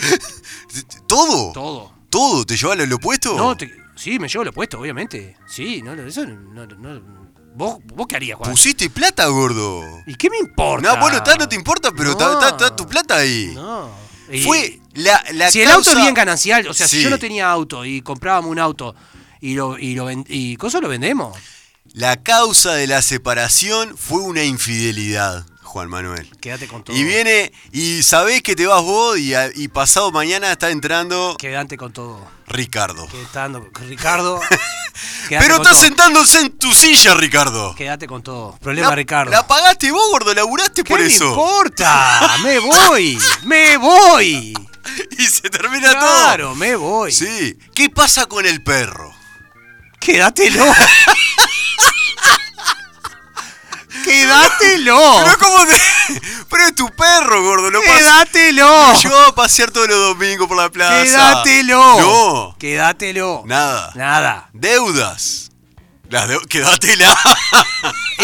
S2: ¿Todo? ¿Todo?
S3: Todo.
S2: ¿Te llevas lo, lo opuesto?
S3: No, te- sí, me llevo lo puesto, obviamente. Sí, no, no, eso no. no- ¿Vos, ¿Vos qué harías, Juan?
S2: ¿Pusiste plata, gordo?
S3: ¿Y qué me importa?
S2: No, bueno, está, no te importa, pero está,
S3: No.
S2: está- está tu plata ahí.
S3: No. Y-
S2: Fue la, la
S3: si el auto es
S2: causa-
S3: bien ganancial, o sea,
S2: Sí.
S3: si yo no tenía auto y comprábamos un auto y lo y lo ven- y cosas lo vendemos.
S2: La causa de la separación fue una infidelidad, Juan Manuel.
S3: Quédate con todo.
S2: Y viene, y sabés que te vas vos y, a- y pasado mañana está entrando
S3: Quédate con todo.
S2: Ricardo.
S3: Que estando- Ricardo. quédate
S2: Pero
S3: con
S2: está
S3: todo.
S2: sentándose en tu silla, Ricardo.
S3: Quédate con todo. Problema, Ricardo.
S2: La pagaste vos, gordo, laburaste
S3: ¿Qué
S2: por
S3: me
S2: eso.
S3: importa? ¡Me voy! ¡Me voy!
S2: Y se termina todo.
S3: ¡Claro, me voy!
S2: Sí. ¿Qué pasa con el perro?
S3: ¡Quédatelo! ¡Quédatelo!
S2: Pero como te... Pero es tu perro, gordo. Lo pas-
S3: ¡Quédatelo!
S2: Yo a pasear todos los domingos por la plaza.
S3: ¡Quédatelo!
S2: No.
S3: ¡Quédatelo!
S2: Nada.
S3: Nada.
S2: Deudas. Las deu- Quédatela.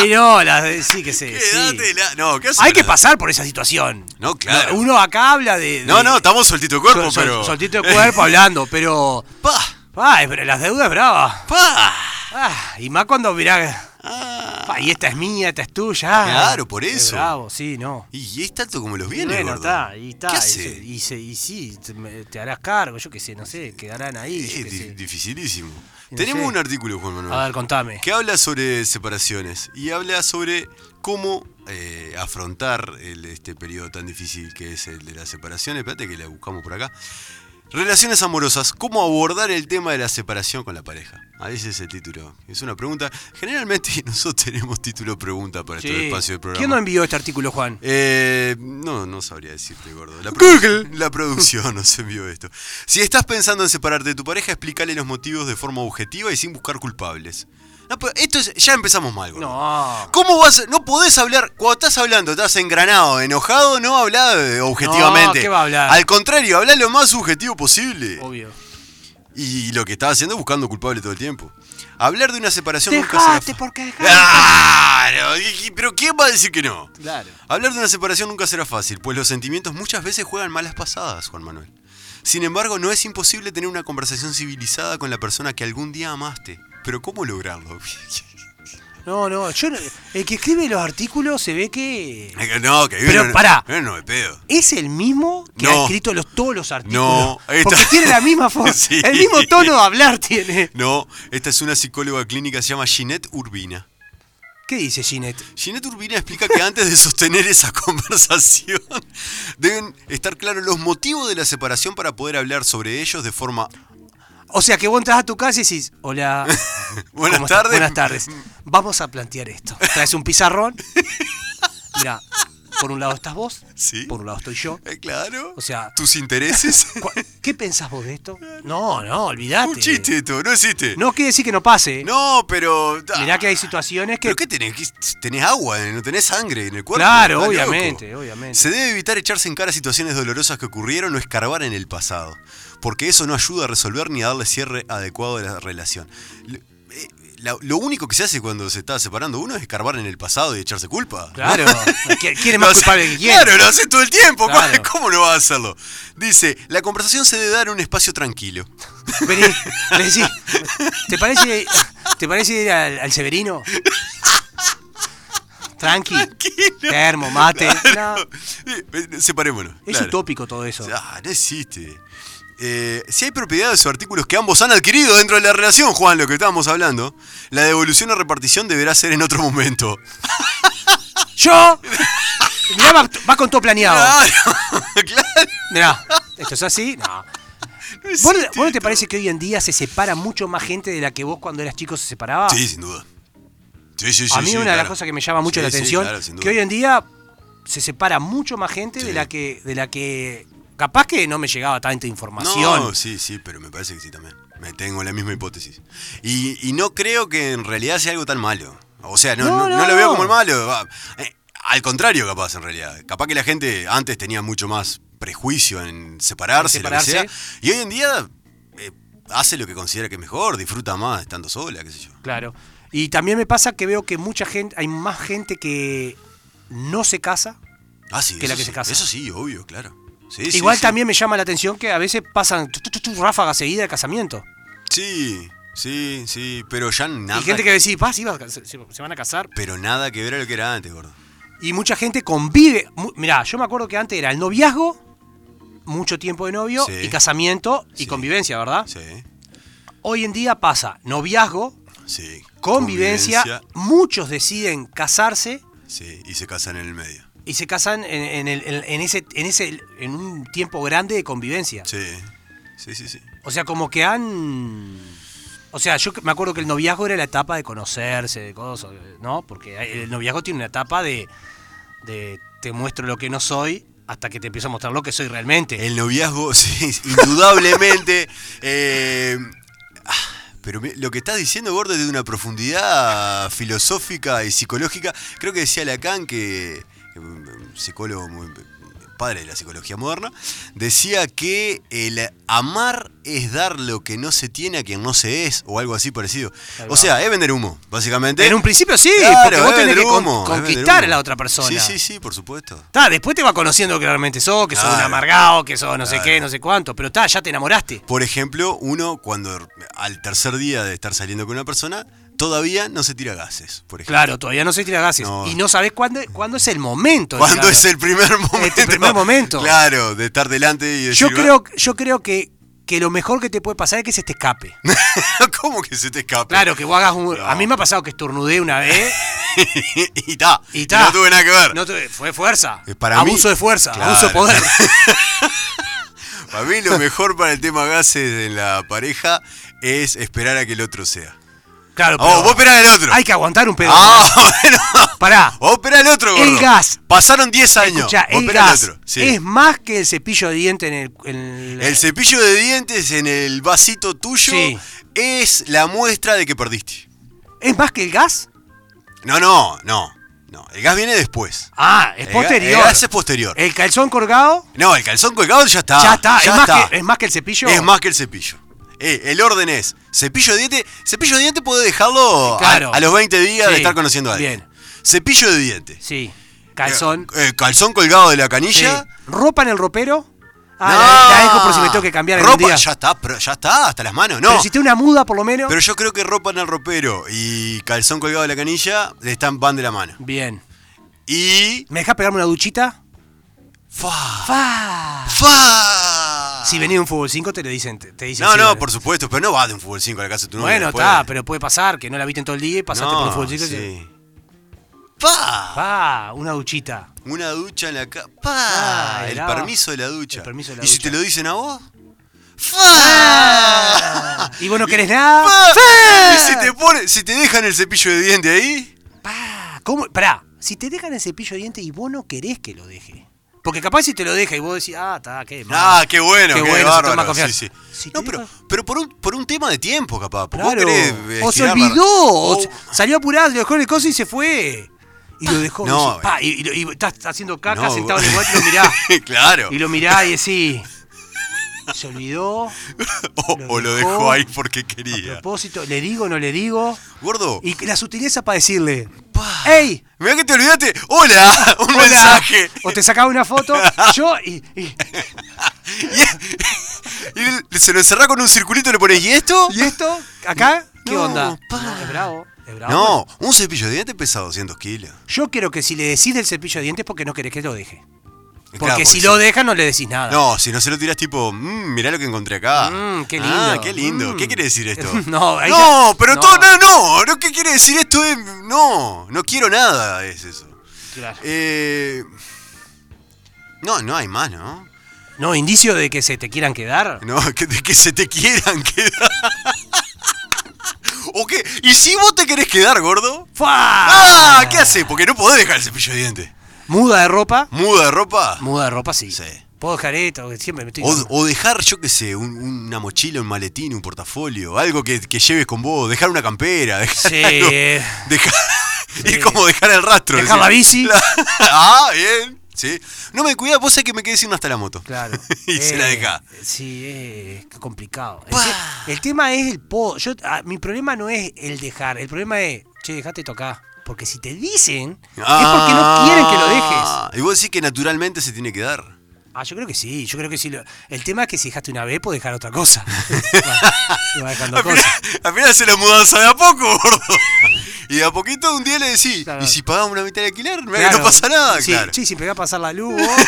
S3: Y no, las de- sí que sé. Eh, sí.
S2: Quédatela. No, ¿qué haces
S3: Hay
S2: con
S3: que
S2: las-
S3: pasar por esa situación.
S2: No, claro.
S3: Uno acá habla de. de-
S2: No, no, estamos soltito de cuerpo,
S3: eh, sol- sol-
S2: pero.
S3: soltito de cuerpo hablando, pero.
S2: Pa,
S3: Ah, es bra- las deudas es brava.
S2: pa.
S3: Ah, y más cuando mirá.
S2: Ah.
S3: pa, y esta es mía, esta es tuya. Ah,
S2: Claro, por
S3: Es
S2: eso.
S3: bravo, sí, no.
S2: Y es tanto como los bienes,
S3: bueno,
S2: gordo.
S3: está, y está.
S2: ¿Qué
S3: y
S2: hace?
S3: se- Y, se- y sí, te, me- te harás cargo, yo qué sé, no sé, quedarán ahí. yo
S2: Es
S3: qué
S2: di-
S3: sé.
S2: dificilísimo.
S3: No
S2: Tenemos
S3: sé.
S2: un artículo, Juan Manuel.
S3: A ver, contame.
S2: que habla sobre separaciones y habla sobre cómo eh, afrontar el- este periodo tan difícil que es el de las separaciones. Espérate que la buscamos por acá. Relaciones amorosas, cómo abordar el tema de la separación con la pareja. A veces el título es una pregunta. Generalmente nosotros tenemos título pregunta para este
S3: Sí.
S2: espacio del programa.
S3: ¿Quién nos envió este artículo, Juan?
S2: Eh, no, no sabría decirte, gordo. La Google. La producción nos envió esto. Si estás pensando en separarte de tu pareja, explícale los motivos de forma objetiva y sin buscar culpables. No, pero esto es- ya empezamos mal, gordo.
S3: No.
S2: ¿Cómo vas? a- No podés hablar. Cuando estás hablando, estás engranado, enojado, no habla eh, objetivamente.
S3: No, ¿qué va a hablar?
S2: Al contrario, habla lo más subjetivo posible.
S3: Obvio.
S2: Y lo que estás haciendo es buscando culpable todo el tiempo. Hablar de una separación nunca
S3: Dejaste,
S2: será.
S3: porque dejaste.
S2: ¡Claro! y- y- ¿Pero quién va a decir que no?
S3: Claro.
S2: Hablar de una separación nunca será fácil, pues los sentimientos muchas veces juegan malas pasadas, Juan Manuel. Sin embargo, no es imposible tener una conversación civilizada con la persona que algún día amaste. Pero ¿cómo lograrlo?
S3: No, no, yo no- el que escribe los artículos se ve que
S2: Es que No, que vive
S3: Pero
S2: en un-
S3: pará.
S2: vive en un nueve pedo.
S3: es el mismo que
S2: No.
S3: ha escrito los, todos los artículos.
S2: No, ahí
S3: porque
S2: está.
S3: tiene la misma forma,
S2: Sí.
S3: el mismo tono de hablar tiene.
S2: No, esta es una psicóloga clínica, se llama Ginette Urbina.
S3: ¿Qué dice Ginette?
S2: Ginette Urbina explica que antes de sostener esa conversación deben estar claros los motivos de la separación para poder hablar sobre ellos de forma...
S3: O sea que vos entras a tu casa y decís, hola,
S2: Buenas
S3: ¿cómo estás?
S2: tardes.
S3: Buenas tardes. Vamos a plantear esto. Traes un pizarrón. Mira, por un lado estás vos,
S2: Sí.
S3: por un lado estoy yo.
S2: Eh, claro.
S3: O sea-
S2: ¿Tus intereses?
S3: Cu- ¿Qué pensás vos de esto? No, no, olvidate.
S2: Un chiste esto, no existe.
S3: No quiere decir que no pase.
S2: No, pero...
S3: Mirá que hay situaciones que.
S2: ¿Pero qué tenés? ¿Qué- ¿Tenés agua? ¿No tenés sangre en el cuerpo?
S3: Claro,
S2: Estás
S3: obviamente,
S2: loco.
S3: obviamente.
S2: Se debe evitar echarse en cara situaciones dolorosas que ocurrieron o escarbar en el pasado, porque eso no ayuda a resolver ni a darle cierre adecuado a la relación. Lo, eh, la- lo único que se hace cuando se está separando uno es escarbar en el pasado y echarse culpa.
S3: Claro. ¿Qui- ¿Quién es
S2: Lo
S3: más
S2: hace-
S3: culpable que quién?
S2: Claro, lo hace todo el tiempo.
S3: Claro.
S2: ¿Cómo no va a hacerlo? Dice, la conversación se debe dar en un espacio tranquilo.
S3: Vení, le decís, ¿Te parece, ¿Te parece ir al, al Severino? Tranqui. Termo, mate. No,
S2: Eh, eh, Separémonos.
S3: Ah. Es
S2: claro.
S3: utópico todo eso.
S2: Ah, no existe. Eh, si hay propiedades o artículos que ambos han adquirido dentro de la relación, Juan, lo que estábamos hablando, la devolución o repartición deberá ser en otro momento.
S3: Yo. Mirá, va, va con todo planeado.
S2: claro.
S3: Mirá, esto es así. No. ¿Vos, vos no te parece que hoy en día se separa mucho más gente de la que vos cuando eras chico se separaba?
S2: Sí, sin duda. Sí, sí, sí.
S3: a mí
S2: sí,
S3: una de las
S2: claro.
S3: cosas que me llama mucho
S2: Sí,
S3: la
S2: sí,
S3: atención
S2: claro, sin duda.
S3: que hoy en día se separa mucho más gente de
S2: Sí.
S3: la que de la que capaz que no me llegaba tanta información
S2: No, sí, sí, pero me parece que sí también. Me tengo la misma hipótesis. Y, y no creo que en realidad sea algo tan malo. O sea, no,
S3: No,
S2: no- no
S3: no,
S2: lo veo
S3: no.
S2: como el malo. va. Eh, al contrario, capaz, en realidad. Capaz que la gente antes tenía mucho más prejuicio en separarse,
S3: En
S2: lo que
S3: separarse.
S2: sea. Y hoy en día eh, hace lo que considera que es mejor, disfruta más estando sola, qué sé yo.
S3: claro y también me pasa que veo que mucha gente hay más gente que no se casa
S2: Ah, sí,
S3: Que
S2: eso
S3: la que
S2: sí,
S3: se casa.
S2: Eso sí, obvio, claro. Sí, sí,
S3: igual
S2: sí.
S3: también me llama la atención que a veces pasan tu, tu, tu, tu, ráfagas seguidas de casamiento
S2: Sí, sí, sí, pero ya nada.
S3: y gente que decís "Pa, sí, va a cas- se, se van a casar
S2: Pero nada que ver a lo que era antes, gordo.
S3: y mucha gente convive mu- mirá yo me acuerdo que antes era el noviazgo mucho tiempo de novio
S2: Sí.
S3: y casamiento y
S2: Sí.
S3: convivencia verdad
S2: Sí,
S3: Hoy en día pasa noviazgo,
S2: sí.
S3: convivencia, muchos deciden casarse
S2: Sí, y se casan en el medio.
S3: y se casan en, en el- en- en ese, en, ese, en un tiempo grande de convivencia.
S2: Sí, sí, sí, sí.
S3: O sea, como que han... O sea, yo que- me acuerdo que el noviazgo era la etapa de conocerse, de cosas, ¿no? Porque hay- el noviazgo tiene una etapa de, de te muestro lo que no soy hasta que te empiezo a mostrar lo que soy realmente.
S2: El noviazgo, sí, indudablemente. eh, ah, pero me- lo que estás diciendo, Gordo, es de una profundidad filosófica y psicológica. Creo que decía Lacan, que que un un psicólogo muy padre de la psicología moderna, decía que el amar es dar lo que no se tiene a quien no se es, o algo así parecido. O sea, es vender humo, básicamente.
S3: en un principio sí,
S2: Claro,
S3: porque vos
S2: es
S3: tenés
S2: vender
S3: que con-
S2: humo, es vender
S3: conquistar a
S2: humo.
S3: la otra persona.
S2: Sí, sí, sí, por supuesto.
S3: Ta, después te va conociendo que realmente sos, que sos un
S2: Claro.
S3: amargado, que sos no sé qué,
S2: Claro.
S3: no sé cuánto, pero ta, ya te enamoraste.
S2: Por ejemplo, uno cuando r- al tercer día de estar saliendo con una persona, todavía no se tira gases, por ejemplo.
S3: Claro, todavía no se tira gases.
S2: No.
S3: Y no sabes cuándo, cuándo es el momento. de
S2: Cuando
S3: tirarlo.
S2: es el primer momento.
S3: primer momento.
S2: Claro, de estar delante y decir.
S3: Yo
S2: "Va".
S3: creo, yo creo que, que lo mejor que te puede pasar es que se te escape.
S2: ¿Cómo que se te escapa?
S3: Claro, que vos hagas un.
S2: No.
S3: A mí me ha pasado que estornudé una vez
S2: y ta.
S3: y ta.
S2: No tuve nada que ver.
S3: No tuve- fue fuerza.
S2: Eh, para mí-
S3: abuso de fuerza,
S2: Claro.
S3: abuso de poder.
S2: Para mí, lo mejor para el tema gases en la pareja es esperar a que el otro sea.
S3: Claro,
S2: Oh, vos esperás al otro.
S3: Hay que aguantar un pedo.
S2: Ah, bueno.
S3: Pará.
S2: Vos esperá al otro,
S3: El
S2: gordo.
S3: gas.
S2: Pasaron 10 años.
S3: Escuchá,
S2: Vos
S3: el
S2: esperá al
S3: gas
S2: otro. Sí.
S3: es más que el cepillo de diente en el. en
S2: El cepillo de dientes en el vasito tuyo
S3: Sí.
S2: es la muestra de que perdiste.
S3: ¿Es más que el gas?
S2: No, no, no. no. El gas viene después.
S3: Ah, es
S2: El ga-
S3: posterior.
S2: el gas es posterior.
S3: El calzón colgado
S2: No, el calzón colgado ya está.
S3: ya está. es, más
S2: está.
S3: Que, es más que el cepillo.
S2: Es más que el cepillo. Eh, el orden es cepillo de diente. Cepillo de diente puedo dejarlo a-
S3: Claro.
S2: a, los 20 días
S3: Sí,
S2: de estar conociendo a alguien.
S3: bien.
S2: Cepillo de diente.
S3: Sí. Calzón.
S2: Eh, eh, calzón colgado de la canilla.
S3: sí. Ropa en el ropero. Ah, la, la dejo por si me tengo que cambiar algún
S2: ropa,
S3: día.
S2: ya está, pero ya está, hasta las manos, no.
S3: Pero si tiene una muda, por lo menos.
S2: Pero yo creo que ropa en el ropero y calzón colgado de la canilla están van de la mano.
S3: Bien.
S2: Y.
S3: ¿Me dejas pegarme una duchita?
S2: ¡Fa!
S3: ¡Fa!
S2: ¡Fa!
S3: Si venís de un fútbol 5 te le dicen, te, te dicen
S2: no,
S3: sí,
S2: no,
S3: vale.
S2: por supuesto, pero no vas de un fútbol 5 a la casa de tu novia.
S3: Bueno,
S2: después.
S3: está, pero puede pasar que no la viste en todo el día y pasaste
S2: No,
S3: por un fútbol 5 y
S2: sí. ¡Pa!
S3: ¡Fa! Una duchita.
S2: Una ducha en la casa.
S3: Ah,
S2: El
S3: era.
S2: permiso de la ducha.
S3: El permiso de la
S2: ¿Y si
S3: ducha.
S2: te lo dicen a vos? ¡Fa!
S3: ¿Y vos no querés nada?
S2: Ah. ¡Fa!
S3: ¡Fa!
S2: ¿Y si te, pone- si te dejan el cepillo de diente ahí?
S3: Pa, ¿Cómo? Pará, si te dejan el cepillo de dientes y vos no querés que lo deje. Porque capaz si te lo deja y vos decís, ah, está, qué mal.
S2: Ah, qué bueno, qué,
S3: se
S2: bárbaro.
S3: toma confianza.
S2: sí, sí.
S3: Si te
S2: no, pero,
S3: deja-
S2: pero por, un, por un tema de tiempo, capaz. porque vos
S3: Claro.
S2: querés, eh,
S3: o se
S2: girar la-
S3: olvidó, o
S2: o-
S3: s- salió apurado, le dejó el coso y se fue. Y lo dejó.
S2: No,
S3: y, pa, y, y lo- y estás haciendo caca
S2: No,
S3: sentado
S2: vos-
S3: en el bote y lo mirás.
S2: claro.
S3: Y lo mirás y decís. Se olvidó.
S2: o,
S3: lo
S2: o lo
S3: dejó.
S2: dejó ahí porque
S3: A
S2: quería.
S3: propósito, ¿le digo no le digo?
S2: Gordo,
S3: Y la sutileza para decirle. ¡Ey!
S2: mirá que te olvidaste. ¡Hola! Un
S3: hola",
S2: mensaje.
S3: O te sacaba una foto, yo y- y
S2: Y él se lo encerrá con un circulito y le pones, ¿y esto?
S3: ¿Y esto? ¿Acá? ¿Qué
S2: No,
S3: onda?
S2: pa.
S3: No, es bravo. Es bravo.
S2: No, un cepillo de diente pesa 200 kilos.
S3: Yo quiero que si le decís del cepillo de dientes porque no querés que lo deje. Porque
S2: Claro,
S3: si lo deja no le decís nada.
S2: No, si no se lo tiras tipo, mmm, mirá lo que encontré acá.
S3: Ah. Mm, qué
S2: Ah,
S3: lindo.
S2: qué lindo.
S3: Mm.
S2: ¿Qué quiere decir esto?
S3: No, ahí
S2: no
S3: ya-
S2: pero
S3: no.
S2: todo, no, no, no, ¿qué quiere decir esto? Es- no, no quiero nada, es eso.
S3: Claro.
S2: Eh, no, no hay más, ¿no?
S3: No, indicio de que se te quieran quedar.
S2: No, que, de que se te quieran quedar. ¿O qué? ¿Y si vos te querés quedar, gordo?
S3: ¡Fua!
S2: ¡Ah! ¿Qué hace? Porque no podés dejar el cepillo de dientes.
S3: Muda de ropa.
S2: ¿Muda de ropa?
S3: Muda de ropa, sí.
S2: Sí.
S3: Puedo dejar esto, que siempre me estoy.
S2: O, o dejar, yo qué sé, un- una mochila, un maletín, un portafolio, algo que, que lleves con vos, dejar una campera, dejar
S3: Sí. eh,
S2: algo, dejar, ir como dejar el rastro.
S3: Dejar la bici.
S2: ah, bien, sí. No me cuidás, vos sabés que me quedé sin hasta la moto.
S3: Claro.
S2: y se la
S3: Eh,
S2: deja.
S3: Sí, es complicado. El,
S2: Pa.
S3: te- el tema es el po. Yo, ah, mi problema no es el dejar. El problema es, che, dejate tocar. Porque si te dicen, es porque no quieren que lo dejes.
S2: Ah, Y vos decís que naturalmente se tiene que dar.
S3: Ah, yo creo que sí, yo creo que sí. lo- El tema es que si dejaste una vez, puedes dejar otra cosa. Iba dejando
S2: Al final,
S3: cosas.
S2: al final se la mudanza de a poco, gordo. Y de a poquito un día le decís,
S3: Claro.
S2: ¿y si pagamos una mitad de alquiler? No
S3: Claro.
S2: pasa nada,
S3: sí,
S2: claro.
S3: Sí, sin pegar a pasar la luz. vos.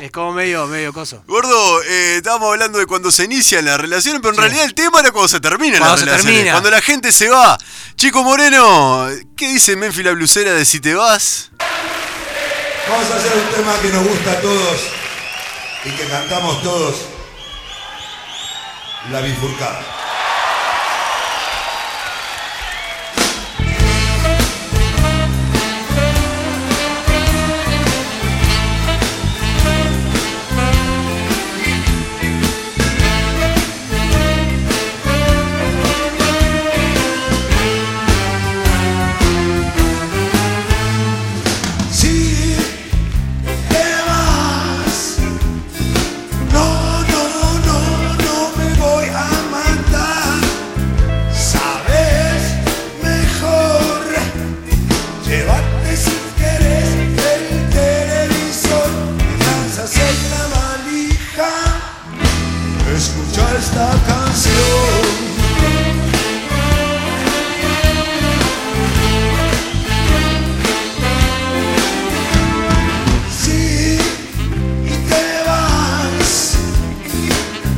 S3: es como medio, medio coso.
S2: Gordo, eh, estábamos hablando de cuando se inician las relaciones, pero en
S3: Sí.
S2: realidad el tema era cuando se terminan
S3: Cuando
S2: las
S3: se
S2: relaciones.
S3: termina.
S2: Cuando la gente se va. Chico Moreno, ¿qué dice Menfi la blusera de si te vas?
S6: Vamos a hacer un tema que nos gusta a todos y que cantamos todos. La bifurcada.
S4: Si te vas, no, no, no, no me voy a matar. Sabes mejor, llévate si quieres el televisor, lanzas en la valija, escucha esta canción. Sí, y te vas.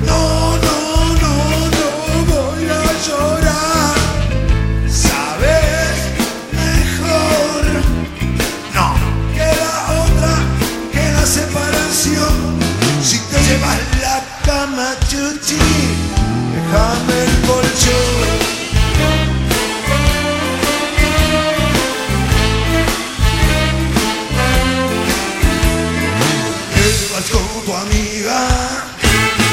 S4: No, no, no, no voy a llorar. Sabes mejor. No, que la otra, que la separación. Si te llevas la cama, chuchi, déjame el colchón. Vas con tu amiga.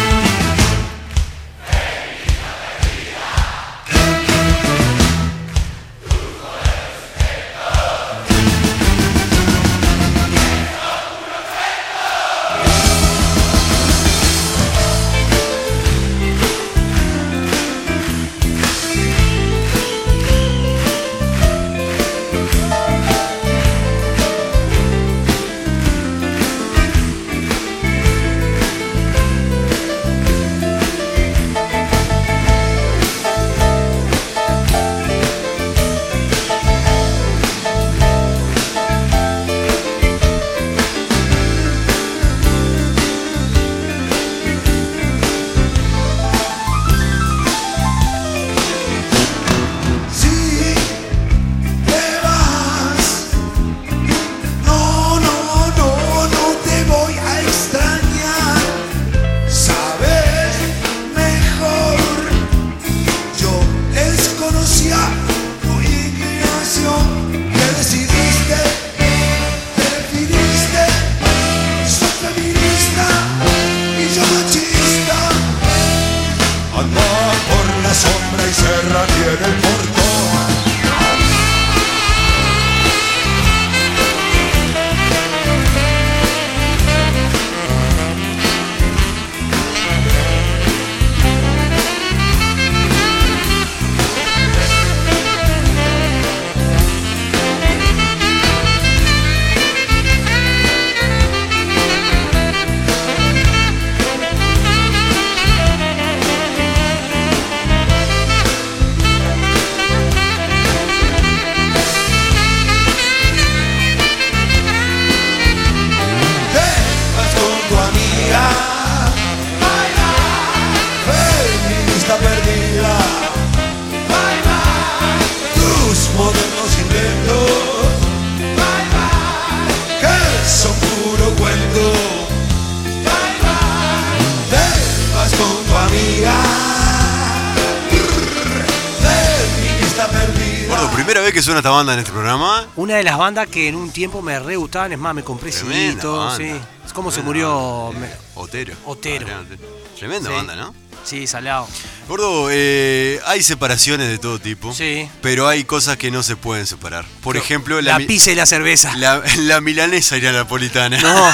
S2: primera vez que suena esta banda en este programa.
S3: Una de las bandas que en un tiempo me re gustaban, es más, me compré
S2: Tremenda
S3: CD y todo,
S2: banda.
S3: sí. Es como se
S2: Tremenda
S3: murió.
S2: banda.
S3: me-
S2: Otero.
S3: Otero.
S2: Adrián Otero. Tremenda
S3: Sí.
S2: banda, ¿no?
S3: Sí, salado.
S2: Gordo, eh, hay separaciones de todo tipo.
S3: Sí.
S2: Pero hay cosas que no se pueden separar. Por ejemplo,
S3: la,
S2: mi-
S3: pizza y la cerveza.
S2: la, la milanesa y la napolitana.
S3: No.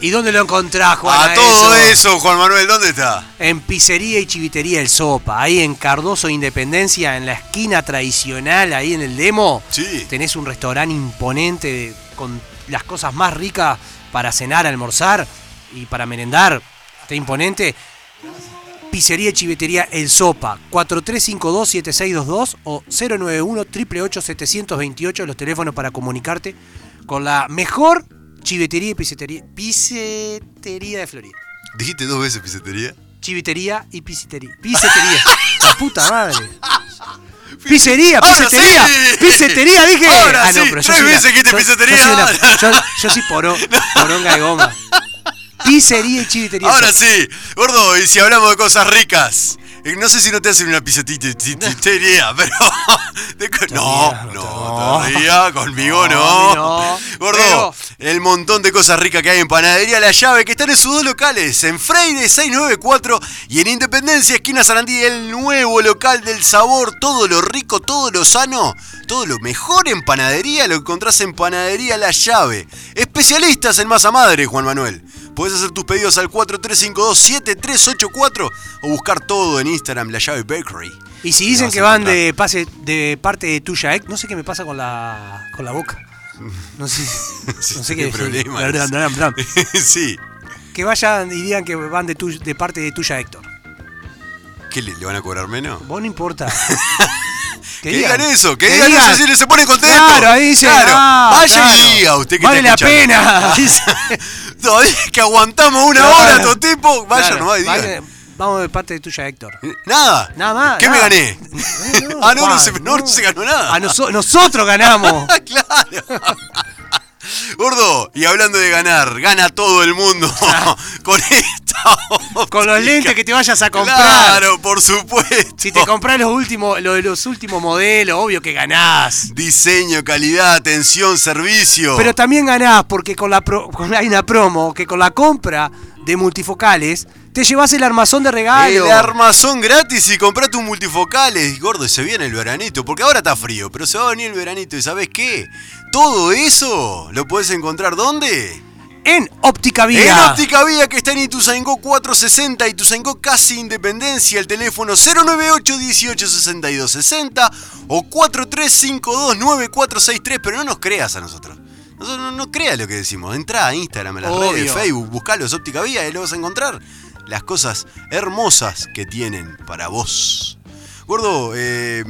S3: ¿Y dónde lo encontrás, Juan?
S2: A todo eso, Juan Manuel, ¿dónde está?
S3: En Pizzería y Chivitería El Sopa, ahí en Cardoso Independencia, en la esquina tradicional, ahí en el demo.
S2: Sí.
S3: Tenés un restaurante imponente de- con las cosas más ricas para cenar, almorzar y para merendar. Está imponente. Pizzería y Chivetería El Sopa, 4352-7622 o 091-888-728, los teléfonos para comunicarte con la mejor chivetería y pizzería, pizzería de Florida.
S2: Dijiste dos veces pizzería.
S3: Chivitería y pizzería. Pizzería. La puta madre. Pizzería,
S2: Ahora
S3: pizzería.
S2: sí.
S3: Pizzería, dije. Ah,
S2: Ahora sí,
S3: pero
S2: tres
S3: yo soy
S2: veces dijiste
S3: yo-
S2: pizzería.
S3: Yo soy, una- yo- yo soy poro- poronga de goma. Pizzería y chivitería.
S2: Ahora sí, gordo, y si hablamos de cosas ricas. eh, No sé si no te hacen una pisetita pero. de co- no,
S3: rías, no te-
S2: no,
S3: no.
S2: te rías, conmigo no.
S3: No, a mí no.
S2: Gordo, el montón de cosas ricas que hay en Panadería La Llave, que están en sus dos locales, en Freire 694 y en Independencia, esquina Sarandí, el nuevo local del sabor, todo lo rico, todo lo sano, todo lo mejor en panadería lo encontrás en Panadería La Llave. Especialistas en masa madre, Juan Manuel. Podés hacer tus pedidos al 4352-7384 o buscar todo en Instagram, La Llave Bakery.
S3: Y si dicen
S2: Lo vas
S3: que
S2: a
S3: van
S2: encontrar.
S3: de pase de parte de tuya, ex, no sé qué me pasa con la con la boca. No sé, no sé qué
S2: Qué problema
S3: decir.
S2: es.
S3: Blan, blan, blan.
S2: sí,
S3: Que vayan y digan que van de, tu- de parte de tuya, Héctor.
S2: ¿qué le, le van a cobrar menos?
S3: Vos no importa.
S2: Que, digan eso, que, digan, eso si les se ponen contentos.
S3: Claro, ahí dice.
S2: Claro,
S3: ah,
S2: vaya
S3: claro.
S2: y diga usted que
S3: Vale
S2: está
S3: la
S2: escuchando.
S3: pena. dice.
S2: Todavía que aguantamos una
S3: Claro.
S2: hora, todo tipo. Vaya
S3: Claro,
S2: nomás y digan.
S3: vale, Vamos de parte de tuya, Héctor.
S2: Nada.
S3: Nada más.
S2: ¿Qué
S3: nada.
S2: me gané? ah, no, no,
S3: Juan, Ah,
S2: se, no, no se ganó nada.
S3: A noso- nosotros ganamos.
S2: Ah, claro. Gordo, y hablando de ganar, gana todo el mundo con esta.
S3: Ah. Con
S2: óptica.
S3: los lentes que te vayas a comprar.
S2: Claro, por supuesto.
S3: Si te compras los últimos, lo de los últimos modelos, obvio que ganás.
S2: Diseño, calidad, atención, servicio.
S3: Pero también ganás porque con la pro- con- hay una promo que con la compra de multifocales te llevas el armazón de regalo.
S2: El armazón gratis y comprate un multifocales, gordo, y se viene el veranito, porque ahora está frío, pero se va a venir el veranito, ¿y sabes qué? Todo eso lo puedes encontrar ¿dónde?
S3: en óptica vía.
S2: En Óptica Vía que está en Ituzaingó 460, Ituzaingó casi independencia, el teléfono 098 18 62 60 o 4352 9463, pero no nos creas a nosotros. Nosotros no, no creas lo que decimos. Entrá a Instagram, a las
S3: Obvio.
S2: redes, Facebook, buscalos Óptica Vía y lo vas a encontrar. Las cosas hermosas que tienen para vos. Gordo, eh,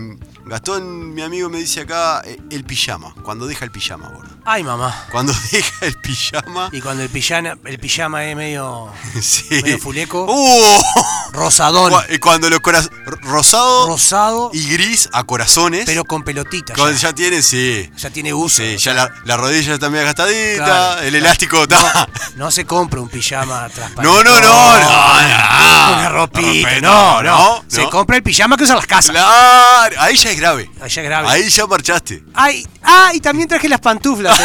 S2: Gastón, mi amigo, me dice acá eh, el pijama. Cuando deja el pijama, gordo.
S3: Ay, mamá.
S2: Cuando deja el pijama.
S3: Y cuando el pijama, el pijama es medio
S2: Sí.
S3: Medio fuleco.
S2: ¡Uh!
S3: rosadón,
S2: Cu- y cuando los coraz- r- rosado
S3: rosado,
S2: y gris a corazones.
S3: pero con pelotitas.
S2: Cuando
S3: Ya,
S2: ya tiene, sí.
S3: Ya tiene uso.
S2: Sí, ya la, la rodilla está medio gastadita,
S3: Claro.
S2: el elástico está.
S3: No se compra un pijama transparente.
S2: No, no, no, no. no.
S3: Una ropita.
S2: Rope-
S3: No, no.
S2: no,
S3: Se
S2: no.
S3: compra el pijama que usan las casas.
S2: Claro, ahí ya es grave.
S3: Ahí ya es grave.
S2: Ahí ya marchaste.
S3: Ay, ah, y también traje las pantuflas. eh.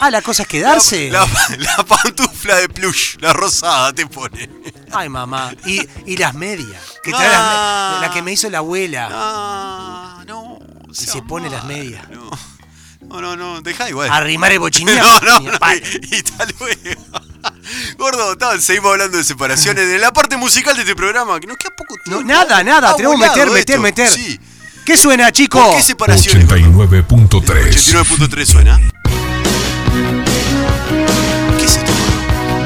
S3: ah, la cosa es quedarse.
S2: La, la pantufla de plush, la rosada te pone.
S3: Ay, mamá. Y, y las medias. Que
S2: No.
S3: trae las me- la que me hizo la abuela.
S2: Ah, no. sea
S3: se pone las medias.
S2: No, no, no, no, dejá igual.
S3: Arrimar el bochinín.
S2: No, no, no, y, y tal luego. Gordo, tal, seguimos hablando de separaciones. De la parte musical de este programa, que nos queda poco tiempo.
S3: nada, nada,
S2: Está
S3: tenemos que meter,
S2: volado
S3: meter,
S2: esto.
S3: meter.
S2: Sí.
S3: ¿Qué suena, chico?
S2: ¿Por qué separaciones?
S7: 89.3
S2: 89.3 suena. ¿Qué es esto?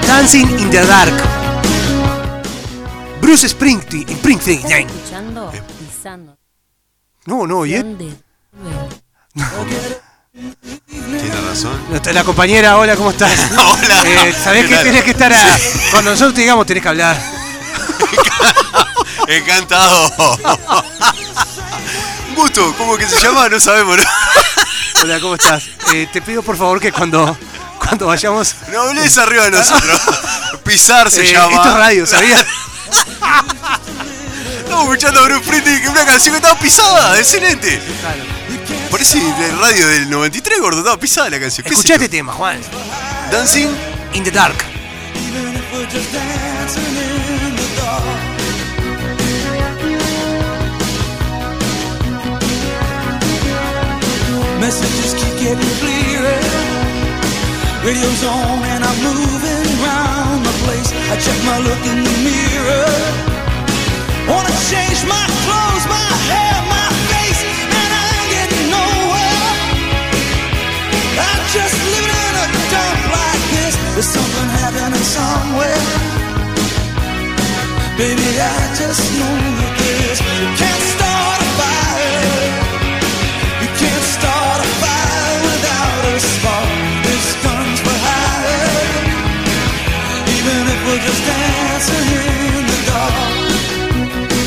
S3: Dancing in the Dark. Bruce Springsteen.
S8: ¿Estás
S3: Springsteen.
S8: escuchando? Pisando.
S3: No, no, y este? es-
S8: ¿Dónde?
S2: Tiene razón.
S3: Nuestra- La compañera, hola, ¿cómo estás?
S2: Hola.
S3: Eh, ¿Sabés
S2: ¿Qué
S3: que
S2: tal?
S3: tenés que estar a- Con nosotros, te digamos, tenés que hablar.
S2: Encantado. Un gusto, ¿cómo que se llama? No sabemos, ¿no?
S3: Hola, ¿cómo estás? Eh, te pido, por favor, que cuando, cuando vayamos...
S2: No hables arriba de nosotros. Pisar se
S3: Eh,
S2: llama.
S3: Esto es radio, ¿sabías?
S2: Estamos escuchando a Bruce Springsteen, una canción que estaba pisada, excelente.
S3: Claro.
S2: Parece el radio del 93, gordo, estaba pisada la canción. ¿Qué es
S3: Escuchá
S2: esto?
S3: este tema, Juan.
S2: Dancing.
S3: In the Dark.
S1: Messages keep getting clearer. Radio's on and I'm moving round the place. I check my look in the mirror. Wanna change my clothes, my hair, my face, and I ain't getting nowhere. I'm just living in a dump like this. There's something happening somewhere. Baby, I just know that this. You can't start a fire. You can't start a fire without a spark. This guns were higher, even if we're just dancing in the dark.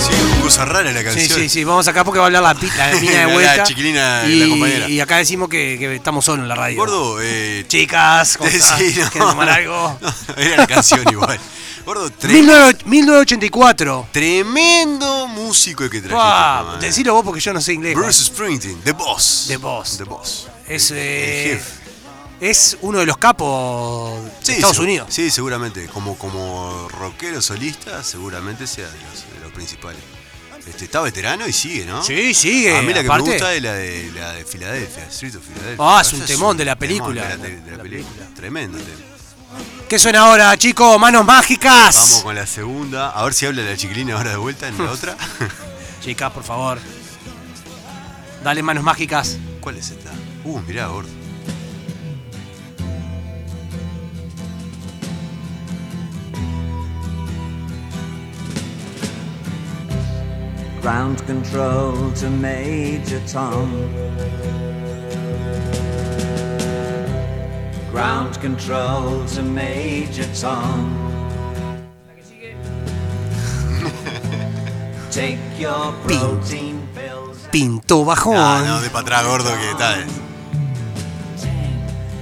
S2: Sí, cosa rara la
S3: Sí,
S2: canción.
S3: sí, sí, vamos acá porque va a hablar la, pi- la mina
S2: La- la
S3: de vuelta.
S2: chiquilina,
S3: y,
S2: la compañera.
S3: y acá decimos que, que estamos solos en la radio.
S2: Gordo, eh.
S3: Chicas, ¿cómo
S2: te-
S3: están?
S2: sí, no.
S3: ¿Quieren tomar algo?
S2: No, era la canción igual. Gordo, tre-
S3: 19- 1984.
S2: tremendo músico que trajiste.
S3: Wow,
S2: man.
S3: decilo vos porque yo no sé inglés. Juan.
S2: eh. Bruce Springsteen, The Boss.
S3: The Boss.
S2: The Boss.
S3: Es,
S2: El-
S3: eh,
S2: el jefe.
S3: es uno de los capos de
S2: Sí,
S3: Estados
S2: segu-
S3: Unidos.
S2: Sí, seguramente. Como, como rockero solista, seguramente sea de los, de los principales. Este, está veterano y sigue, ¿no?
S3: Sí, sigue.
S2: A mí la que
S3: aparte-
S2: me gusta es la de, la de Filadelfia, Street of Philadelphia.
S3: Ah, es un
S2: Eso
S3: temón de la película.
S2: de la, de la película. Tremendo tema.
S3: ¿Qué suena ahora, chicos? ¡Manos mágicas!
S2: Vamos con la segunda. A ver si habla la chiquilina ahora de vuelta en la otra.
S3: Chicas, por favor. Dale manos mágicas.
S2: ¿Cuál es esta? Uh, mirá, gordo.
S4: Ground control to Major Tom. Ground control to Major Tom. Take your protein pills.
S3: Pinto bajón.
S2: Ah, no, de para atrás, gordo, que tal.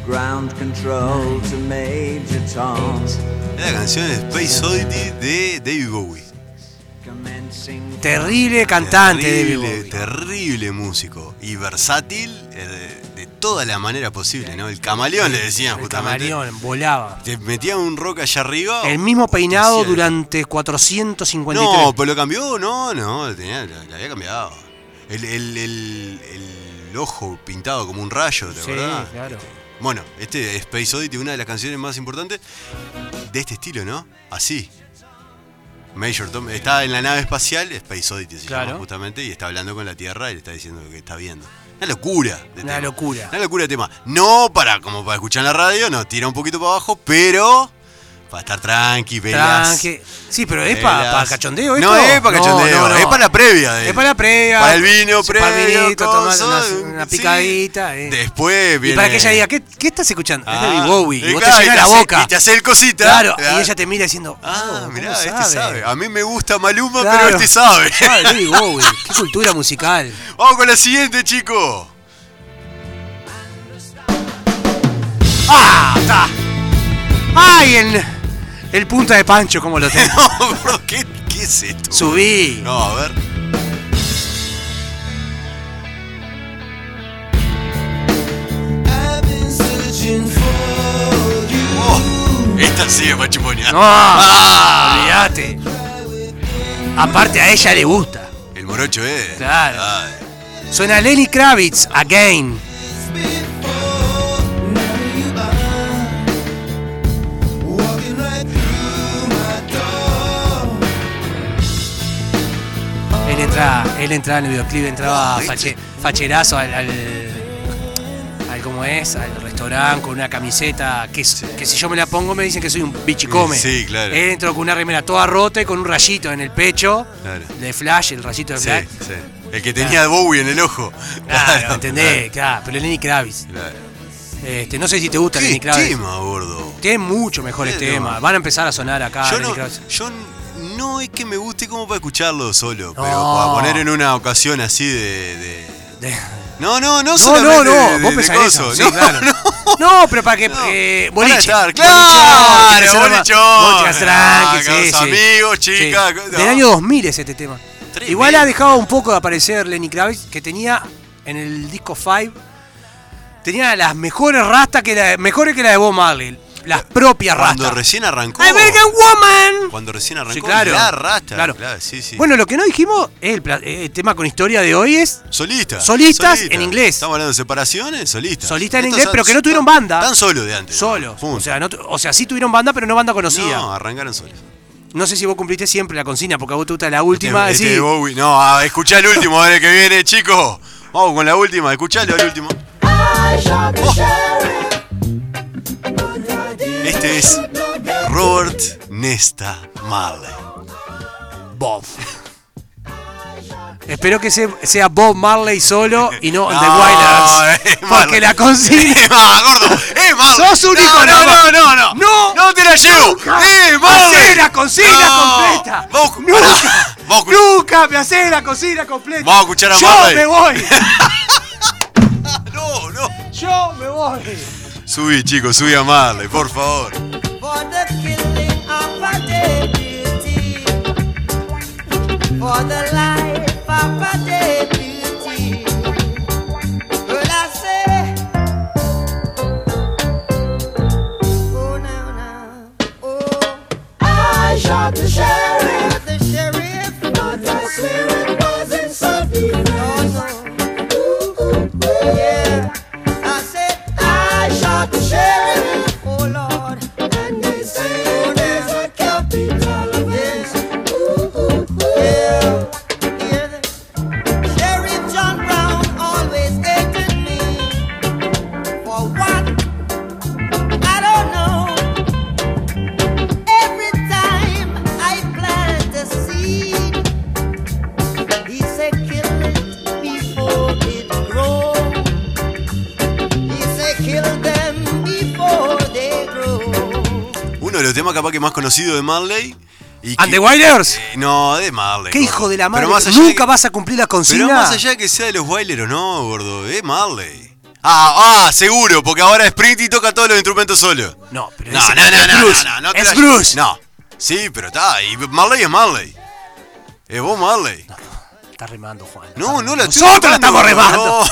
S4: Ground control to Major Tom.
S2: Es la canción de Space Oddity de David Bowie.
S4: Commencing
S3: Terrible cantante, David
S2: terrible,
S3: Bowie.
S2: terrible músico. Y versátil eh, de, de toda la manera posible, ¿no? El camaleón le decían
S3: El
S2: justamente.
S3: camaleón, volaba.
S2: Te metía un rock allá arriba.
S3: El mismo
S2: o te
S3: peinado
S2: hacía-
S3: durante 453.
S2: No, pero lo cambió, no, no, lo tenía, lo- lo había cambiado. El, el- el- el ojo pintado como un rayo, ¿te
S3: Sí,
S2: acordás?
S3: claro.
S2: Bueno, este Space Oddity, una de las canciones más importantes de este estilo, ¿no? Así. Major Tom está en la nave espacial, Space Oddity se
S3: Claro.
S2: llama justamente, y está hablando con la Tierra y le está diciendo lo que está viendo. Una locura. de
S3: Una
S2: tema.
S3: locura.
S2: Una locura de tema. No para, como para escuchar en la radio, no, tira un poquito para abajo, pero para estar tranqui, velas.
S3: Tranque. Sí, pero es para
S2: Velas.
S3: cachondeo esto.
S2: No es para cachondeo,
S3: No, no, no.
S2: es para la previa. del-
S3: Es para la previa.
S2: Para el vino
S3: Sí,
S2: previo.
S3: Para el vinito, tomar
S2: cosa,
S3: unas- una,
S2: sí.
S3: picadita. eh.
S2: Después
S3: Y
S2: viene...
S3: para que ella diga, ¿qué, qué estás escuchando? es David
S2: Ah,
S3: Bowie. Y
S2: eh,
S3: vos
S2: claro,
S3: te
S2: y
S3: llenas la
S2: hace-
S3: boca.
S2: Y te hace el cosita.
S3: Claro, y ella te mira diciendo,
S2: Ah,
S3: "Oh,
S2: mirá,
S3: ¿cómo
S2: este sabe. A mí me gusta Maluma,
S3: Claro.
S2: pero este sabe.
S3: Claro, David Bowie, qué cultura musical.
S2: Vamos con la siguiente, chico.
S3: ¡Ah! ¡Está! ¡Ay! El, el punta de Pancho, como lo tengo.
S2: No, bro, ¿qué, qué es esto?
S3: Subí.
S2: No, a ver. Oh, esta sí es machuponía.
S3: No,
S2: Ah.
S3: olvídate. Aparte a ella le gusta.
S2: El morocho es.
S3: Claro.
S2: Ay.
S3: Suena Lenny Kravitz, Again. Él entraba, él entraba en el videoclip, entraba fache- facherazo al, al, al- ¿cómo es? Al restaurante con una camiseta que, s- que si yo me la pongo me dicen que soy un bichicome.
S2: Sí, claro.
S3: Él entró con una remera toda rota y con un rayito en el pecho
S2: Claro.
S3: de Flash, el rayito de
S2: Sí,
S3: Flash.
S2: sí. El que tenía a Bowie en el ojo.
S3: Claro, ¿entendés? Claro, pero Lenny Kravitz.
S2: claro.
S3: Este, no sé si te gusta
S2: ¿Qué
S3: Lenny Kravitz.
S2: tema, gordo?
S3: Tiene muchos mejores
S2: Qué tema.
S3: temas. Van a empezar a sonar acá
S2: yo,
S3: Lenny
S2: no,
S3: Kravitz.
S2: yo n- no es que me guste como para escucharlo solo, pero
S3: No.
S2: para poner en una ocasión así de... de-
S3: De-
S2: No, no, no,
S3: No, no,
S2: solamente de-
S3: no,
S2: de-
S3: vos
S2: de
S3: pensás en eso.
S2: coso.
S3: sí,
S2: No,
S3: claro. No, pero para que. eh, boliche.
S2: Para estar,
S3: Bolichón, que
S2: claro,
S3: se arma-
S2: bolichón.
S3: boliche tranqui,
S2: Ah,
S3: sí,
S2: con los
S3: sí.
S2: amigos, chicas,
S3: Sí.
S2: no.
S3: Del año 2000 es este tema.
S2: Tremendo.
S3: Igual ha dejado un poco de aparecer Lenny Kravitz, que tenía en el disco 5. Tenía las mejores rastas, que la, mejores que la de Bob Marley. Las propias
S2: Cuando
S3: rastas.
S2: recién arrancó.
S3: American Woman.
S2: Cuando recién arrancó.
S3: Sí, claro.
S2: La rasta.
S3: Claro.
S2: Claro. sí, sí.
S3: Bueno, lo que no dijimos, es el, pla- eh, el tema con historia de hoy es
S2: Solista.
S3: Solistas en inglés.
S2: Estamos hablando de separaciones, solistas.
S3: Solista en
S2: Estos
S3: inglés,
S2: tan-
S3: pero que no tuvieron
S2: tan-
S3: banda.
S2: Tan solo de antes.
S3: solos.
S2: Este, Punto.
S3: O sea, no tu- o sea, sí tuvieron banda, pero no banda conocida.
S2: no, arrancaron solos.
S3: No sé si vos cumpliste siempre la consigna, porque a vos te gusta la última.
S2: Este- este
S3: sí.
S2: Bowie. No, ah, escuchá el último, a ver el que viene, chicos. Vamos con la última, escuchalo al último. Oh. Este es Robert Nesta Marley.
S3: Bob. Espero que se- sea Bob Marley solo y no The
S2: es
S3: Wailers. Porque
S2: Marley.
S3: la consigna.
S2: ¡Eh, ma, gordo! ¡Eh, ma!
S3: Sos un
S2: no,
S3: ícono,
S2: No,
S3: ma.
S2: no, no, no.
S3: No,
S2: ¡No te la llevo! ¡Eh, Marley!
S3: ¡Hacé la consigna
S2: No.
S3: completa!
S2: Vos,
S3: ¡Nunca!
S2: pará. Vos,
S3: ¡Nunca me hacés la consigna completa!
S2: Vamos a escuchar a
S3: ¡Yo
S2: Marley.
S3: me voy!
S2: No, no.
S3: ¡Yo me voy!
S2: Subí, chicos, subí a Marley, por favor.
S1: For the killing of a deputy. For the life of a deputy. Well, I say. Oh, now, now. Oh. I shot the sheriff. The sheriff. But the sheriff was insulting. No, no. Ooh, ooh, ooh. Yeah. I said, I shot the sheriff. Oh, Lord. And they say, oh, there's a capital offense. Ooh, ooh, ooh. Yeah. Hear that? Sheriff John Brown always hated me. For what? I don't know. Every time I plant a seed, he said, kill it before it grows. He said, kill them before they grow.
S2: Uno de los temas capaz que más conocido de Marley. Y
S3: ¿And
S2: que-
S3: the Wailers?
S2: Eh, no, de Marley.
S3: ¡Qué
S2: gordo.
S3: hijo de la madre!
S2: Pero más allá de
S3: ¡Nunca
S2: que-
S3: vas a cumplir la consigna!
S2: Pero más allá de que sea de los baileros, no, gordo. Es Marley. Ah, ah, seguro, porque ahora Sprint y toca todos los instrumentos solo.
S3: No, pero
S2: No,
S3: ese-
S2: no, no,
S3: es
S2: no, no,
S3: Bruce.
S2: no, no te
S3: es
S2: la-
S3: Bruce.
S2: No. Sí, pero está. Y Marley es Marley. Es vos Marley.
S3: Está remando, Juan.
S2: No, no la estoy
S3: Nosotros la
S2: remando,
S3: estamos remando.
S2: gordo,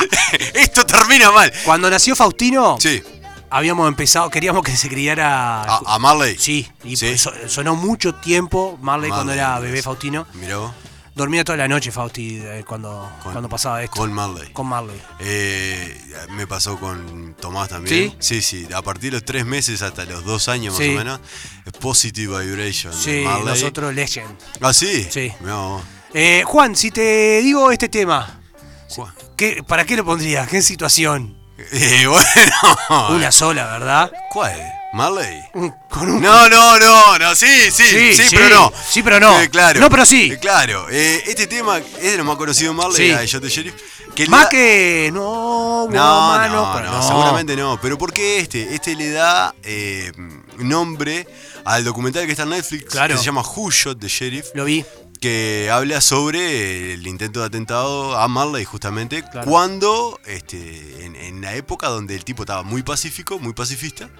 S2: no. Esto termina mal.
S3: Cuando nació Faustino,
S2: Sí.
S3: habíamos empezado, queríamos que se criara.
S2: A, a Marley.
S3: Sí, y
S2: ah, Sí.
S3: so- sonó mucho tiempo Marley, cuando
S2: Marley,
S3: era
S2: Marley.
S3: bebé Faustino.
S2: Mirá vos.
S3: Dormía toda la noche Fausti eh, cuando,
S2: Con-
S3: cuando pasaba esto.
S2: con Marley.
S3: Con Marley.
S2: Eh, me pasó con Tomás también. Sí, sí. A partir de los tres meses hasta los dos años
S3: Sí.
S2: más o menos. es Positive Vibration. de
S3: Sí,
S2: Marley.
S3: nosotros Legend.
S2: Ah, sí.
S3: Sí.
S2: Mirá vos.
S3: Eh, Juan, si te digo este tema,
S2: Juan.
S3: ¿qué, ¿para qué lo pondrías? ¿Qué situación?
S2: Eh, bueno.
S3: Una sola, ¿verdad?
S2: ¿Cuál? ¿Marley?
S3: Un- Con un...
S2: No, no, no, no, sí, sí, sí,
S3: sí,
S2: pero no.
S3: sí, pero no.
S2: Eh, claro.
S3: No, pero sí.
S2: Eh, claro, eh, este tema es de lo más conocido de Marley,
S3: Sí.
S2: la de Shot the Sheriff. Que le
S3: Más
S2: da-
S3: que... No,
S2: No,
S3: woman,
S2: no,
S3: pero
S2: no, seguramente no. Pero ¿por qué este? Este le da eh, nombre al documental que está en Netflix
S3: Claro.
S2: que se llama Who Shot the Sheriff,
S3: Lo vi.
S2: que habla sobre el intento de atentado a Marley justamente
S3: Claro.
S2: cuando, este, en, en la época donde el tipo estaba muy pacífico, muy pacifista,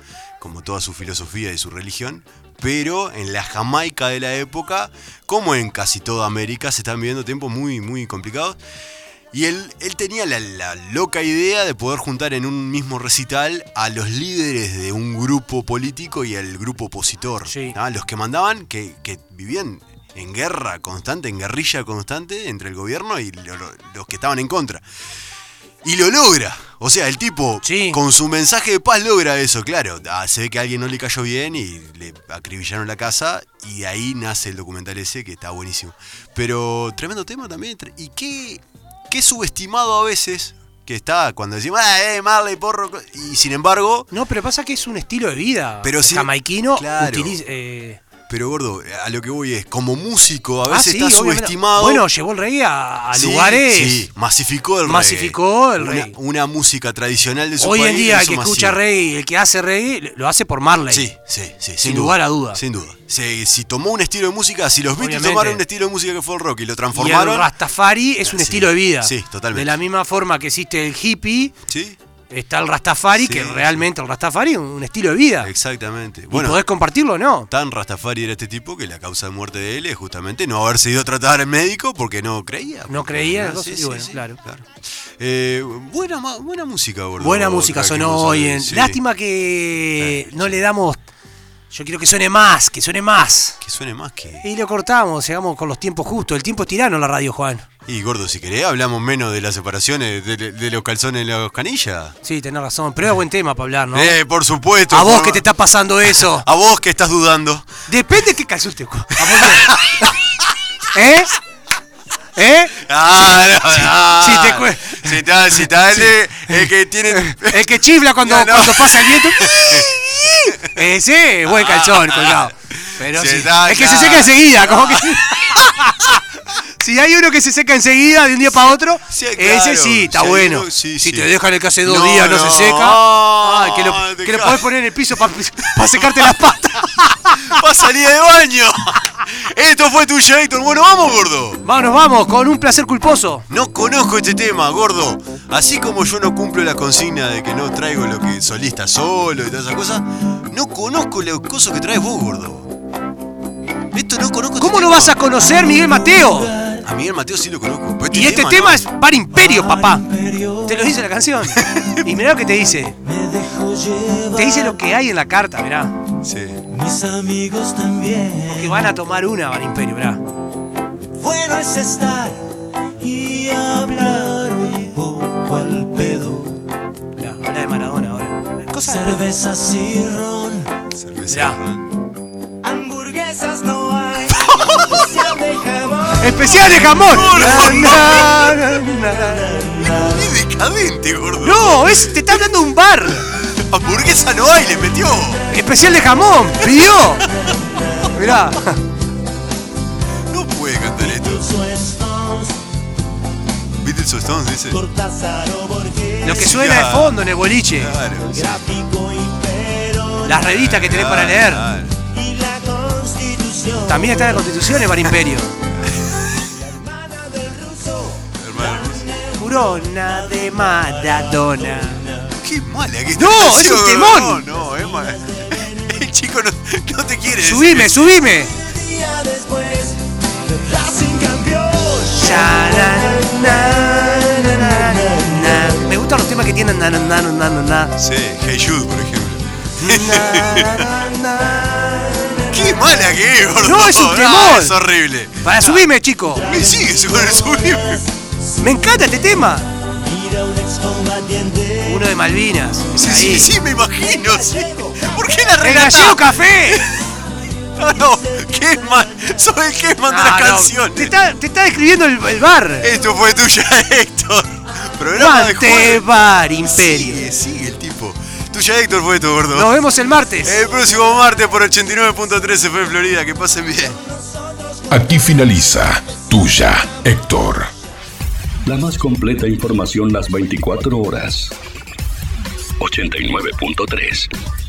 S2: como toda su filosofía y su religión, pero en la Jamaica de la época, como en casi toda América, se están viviendo tiempos muy, muy complicados. Y él, él tenía la, la loca idea de poder juntar en un mismo recital a los líderes de un grupo político y al grupo opositor.
S3: Sí.
S2: ¿ah? Los que mandaban, que, que vivían en guerra constante, en guerrilla constante entre el gobierno y lo- lo- los que estaban en contra. Y lo logra. O sea, el tipo
S3: Sí.
S2: con su mensaje de paz logra eso, claro. Ah, se ve que a alguien no le cayó bien y le acribillaron la casa y de ahí nace el documental ese que está buenísimo. Pero tremendo tema también. tre- Y qué, qué subestimado a veces que está cuando decimos, ah, eh, Marley, porro. co-", Y sin embargo,
S3: No, pero pasa que es un estilo de vida.
S2: Pero
S3: El
S2: sí,
S3: jamaiquino
S2: claro.
S3: utiliza- eh,
S2: Pero gordo, a lo que voy es, como músico, a
S3: Ah,
S2: veces
S3: sí,
S2: está
S3: obviamente.
S2: subestimado.
S3: Bueno, llevó el rey a, a
S2: Sí,
S3: lugares.
S2: Sí, masificó el reggae.
S3: Masificó el
S2: Una-
S3: reggae.
S2: Una, música tradicional de su
S3: Hoy en
S2: país
S3: día
S2: la
S3: el que
S2: hizo
S3: escucha
S2: masiva.
S3: reggae, el que hace reggae, lo hace por Marley.
S2: Sí, sí, sí.
S3: Sin lugar a duda.
S2: Sin duda. Se- si tomó un estilo de música, si los Beatles
S3: Obviamente.
S2: tomaron un estilo de música que fue el rock y lo
S3: Y el
S2: transformaron.
S3: Rastafari es un
S2: Sí,
S3: estilo de vida.
S2: sí, totalmente.
S3: De la misma forma que existe el hippie,
S2: sí,
S3: está el Rastafari,
S2: Sí,
S3: que
S2: sí.
S3: realmente el Rastafari es un estilo de vida.
S2: exactamente.
S3: ¿Y
S2: Bueno,
S3: podés compartirlo o no?
S2: tan Rastafari era este tipo que la causa de muerte de él es justamente no haberse ido a tratar al médico porque no creía.
S3: No
S2: porque-
S3: creía,
S2: ah,
S3: entonces, y bueno, claro.
S2: Eh, buena, ma- buena música, gordo.
S3: Buena música
S2: Otra que
S3: sonó
S2: hemos-
S3: hoy. En...
S2: sí.
S3: Lástima que no le damos. Yo quiero que suene más, que suene más.
S2: Que suene más que.
S3: Y lo cortamos, llegamos con los tiempos justos. El tiempo es tirano en la radio, Juan.
S2: Y gordo, si querés, hablamos menos de las separaciones, de, de los calzones en las canillas.
S3: Sí, tenés razón. Pero es buen tema para hablar, ¿no?
S2: Eh, por supuesto.
S3: a vos
S2: por-
S3: que te está pasando eso.
S2: A vos que estás dudando.
S3: Depende qué calzón te cu- a vos no. ¿Eh? ¿Eh?
S2: Ah, no, ah.
S3: sí, te cue-
S2: Si está, si está el, el que tiene.
S3: El que chifla cuando,
S2: No, no.
S3: cuando pasa el viento. Ese es Eh,
S2: Ah.
S3: buen calzón, colgado. Pero
S2: Se
S3: sí.
S2: da,
S3: es que se
S2: claro.
S3: seca enseguida, como que. Si hay uno que se seca enseguida de un día para otro,
S2: Sí,
S3: ese
S2: claro.
S3: sí, está
S2: Si hay
S3: bueno.
S2: uno- sí,
S3: si
S2: sí.
S3: te dejan el que hace dos
S2: No,
S3: días no,
S2: no.
S3: se seca,
S2: Ah,
S3: ay, que, lo,
S2: te
S3: que lo
S2: ca-
S3: podés poner en el piso para secarte las patas.
S2: ¡Va a salir de baño! Esto fue tuyo, Héctor. Bueno, vamos, gordo.
S3: Vamos, vamos, con un placer culposo.
S2: No conozco este tema, gordo. Así como yo no cumplo la consigna de que no traigo lo que solista solo y todas esas cosas, no conozco las cosas que traes vos, gordo. Esto no conozco. este
S3: ¿Cómo no vas a conocer Miguel Mateo?
S2: a.? A Miguel Mateo sí lo conozco. pero
S3: Y este
S2: no.
S3: tema es para imperio, papá. Te lo dice la canción. Y mirá lo que te dice.
S1: Me dejo llevar.
S3: Te dice lo que hay en la carta, mirá.
S2: Sí.
S1: Mis amigos también.
S3: Que van a tomar una para imperio, mirá.
S1: Bueno es estar y hablar un poco al pedo.
S3: Mirá, habla de Maradona ahora. Cosa de-
S1: Cervezas y ron.
S2: Cerveza.
S1: Hamburguesas no hay. especial de jamón.
S3: ¡Especial de jamón! Na, na, na, na.
S2: ¡Qué decadente, gordo!
S3: No, es, te está hablando de un bar.
S2: ¡Hamburguesa no hay! ¡Le metió!
S3: Especial de jamón, pidió. Mirá.
S2: No puede cantar esto.
S1: Eso es Stones,
S2: Beatles o Stones, dice.
S1: Cortázar o Borges.
S3: Lo que suena de fondo en el boliche.
S2: Claro.
S1: Gráfico y Perón.
S3: Las revistas que tenés para leer.
S2: Claro.
S1: Y la constitución.
S3: También están las constituciones para imperio.
S1: Hermana del ruso.
S2: Hermano.
S3: Corona de Maradona.
S2: Qué mala que
S3: No,
S2: está
S3: es
S2: la
S3: un
S2: canción,
S3: temón.
S2: No, no, es mala. El chico no, no te quiere. decir.
S3: Subime, subime.
S1: Día después. Racing campeón.
S3: Ya, na, na, na, na, na, na. Me gustan los temas que tienen na na na na na na.
S2: Sí, Hey Jude, por ejemplo.
S3: Na, na, na.
S2: Qué mala que es, gordo.
S3: No, es un
S2: Ah,
S3: temón.
S2: es horrible.
S3: Para subime, chico.
S2: Me sigue con el subime.
S3: Me encanta este tema.
S1: Ir a un excombatiente.
S3: Uno de Malvinas.
S2: Sí,
S3: Ahí.
S2: sí, sí, me imagino. sí. ¿Por qué la
S3: ¡El
S2: relatás?
S3: gallego café!
S2: No, no, Kesman. Soy el Kesman de
S3: Ah,
S2: las
S3: no,
S2: canciones.
S3: Te está, te está describiendo el, el bar.
S2: Esto fue tuya, Héctor. Programa
S3: Guante
S2: de juego.
S3: Bar Imperio.
S2: Sigue, sigue el tipo. Tuya, Héctor, fue esto, gordo.
S3: Nos vemos el martes.
S2: El próximo martes por 89.3 FM Florida. Que pasen bien.
S7: Aquí finaliza Tuya, Héctor.
S9: La más completa información las 24 horas. 89.3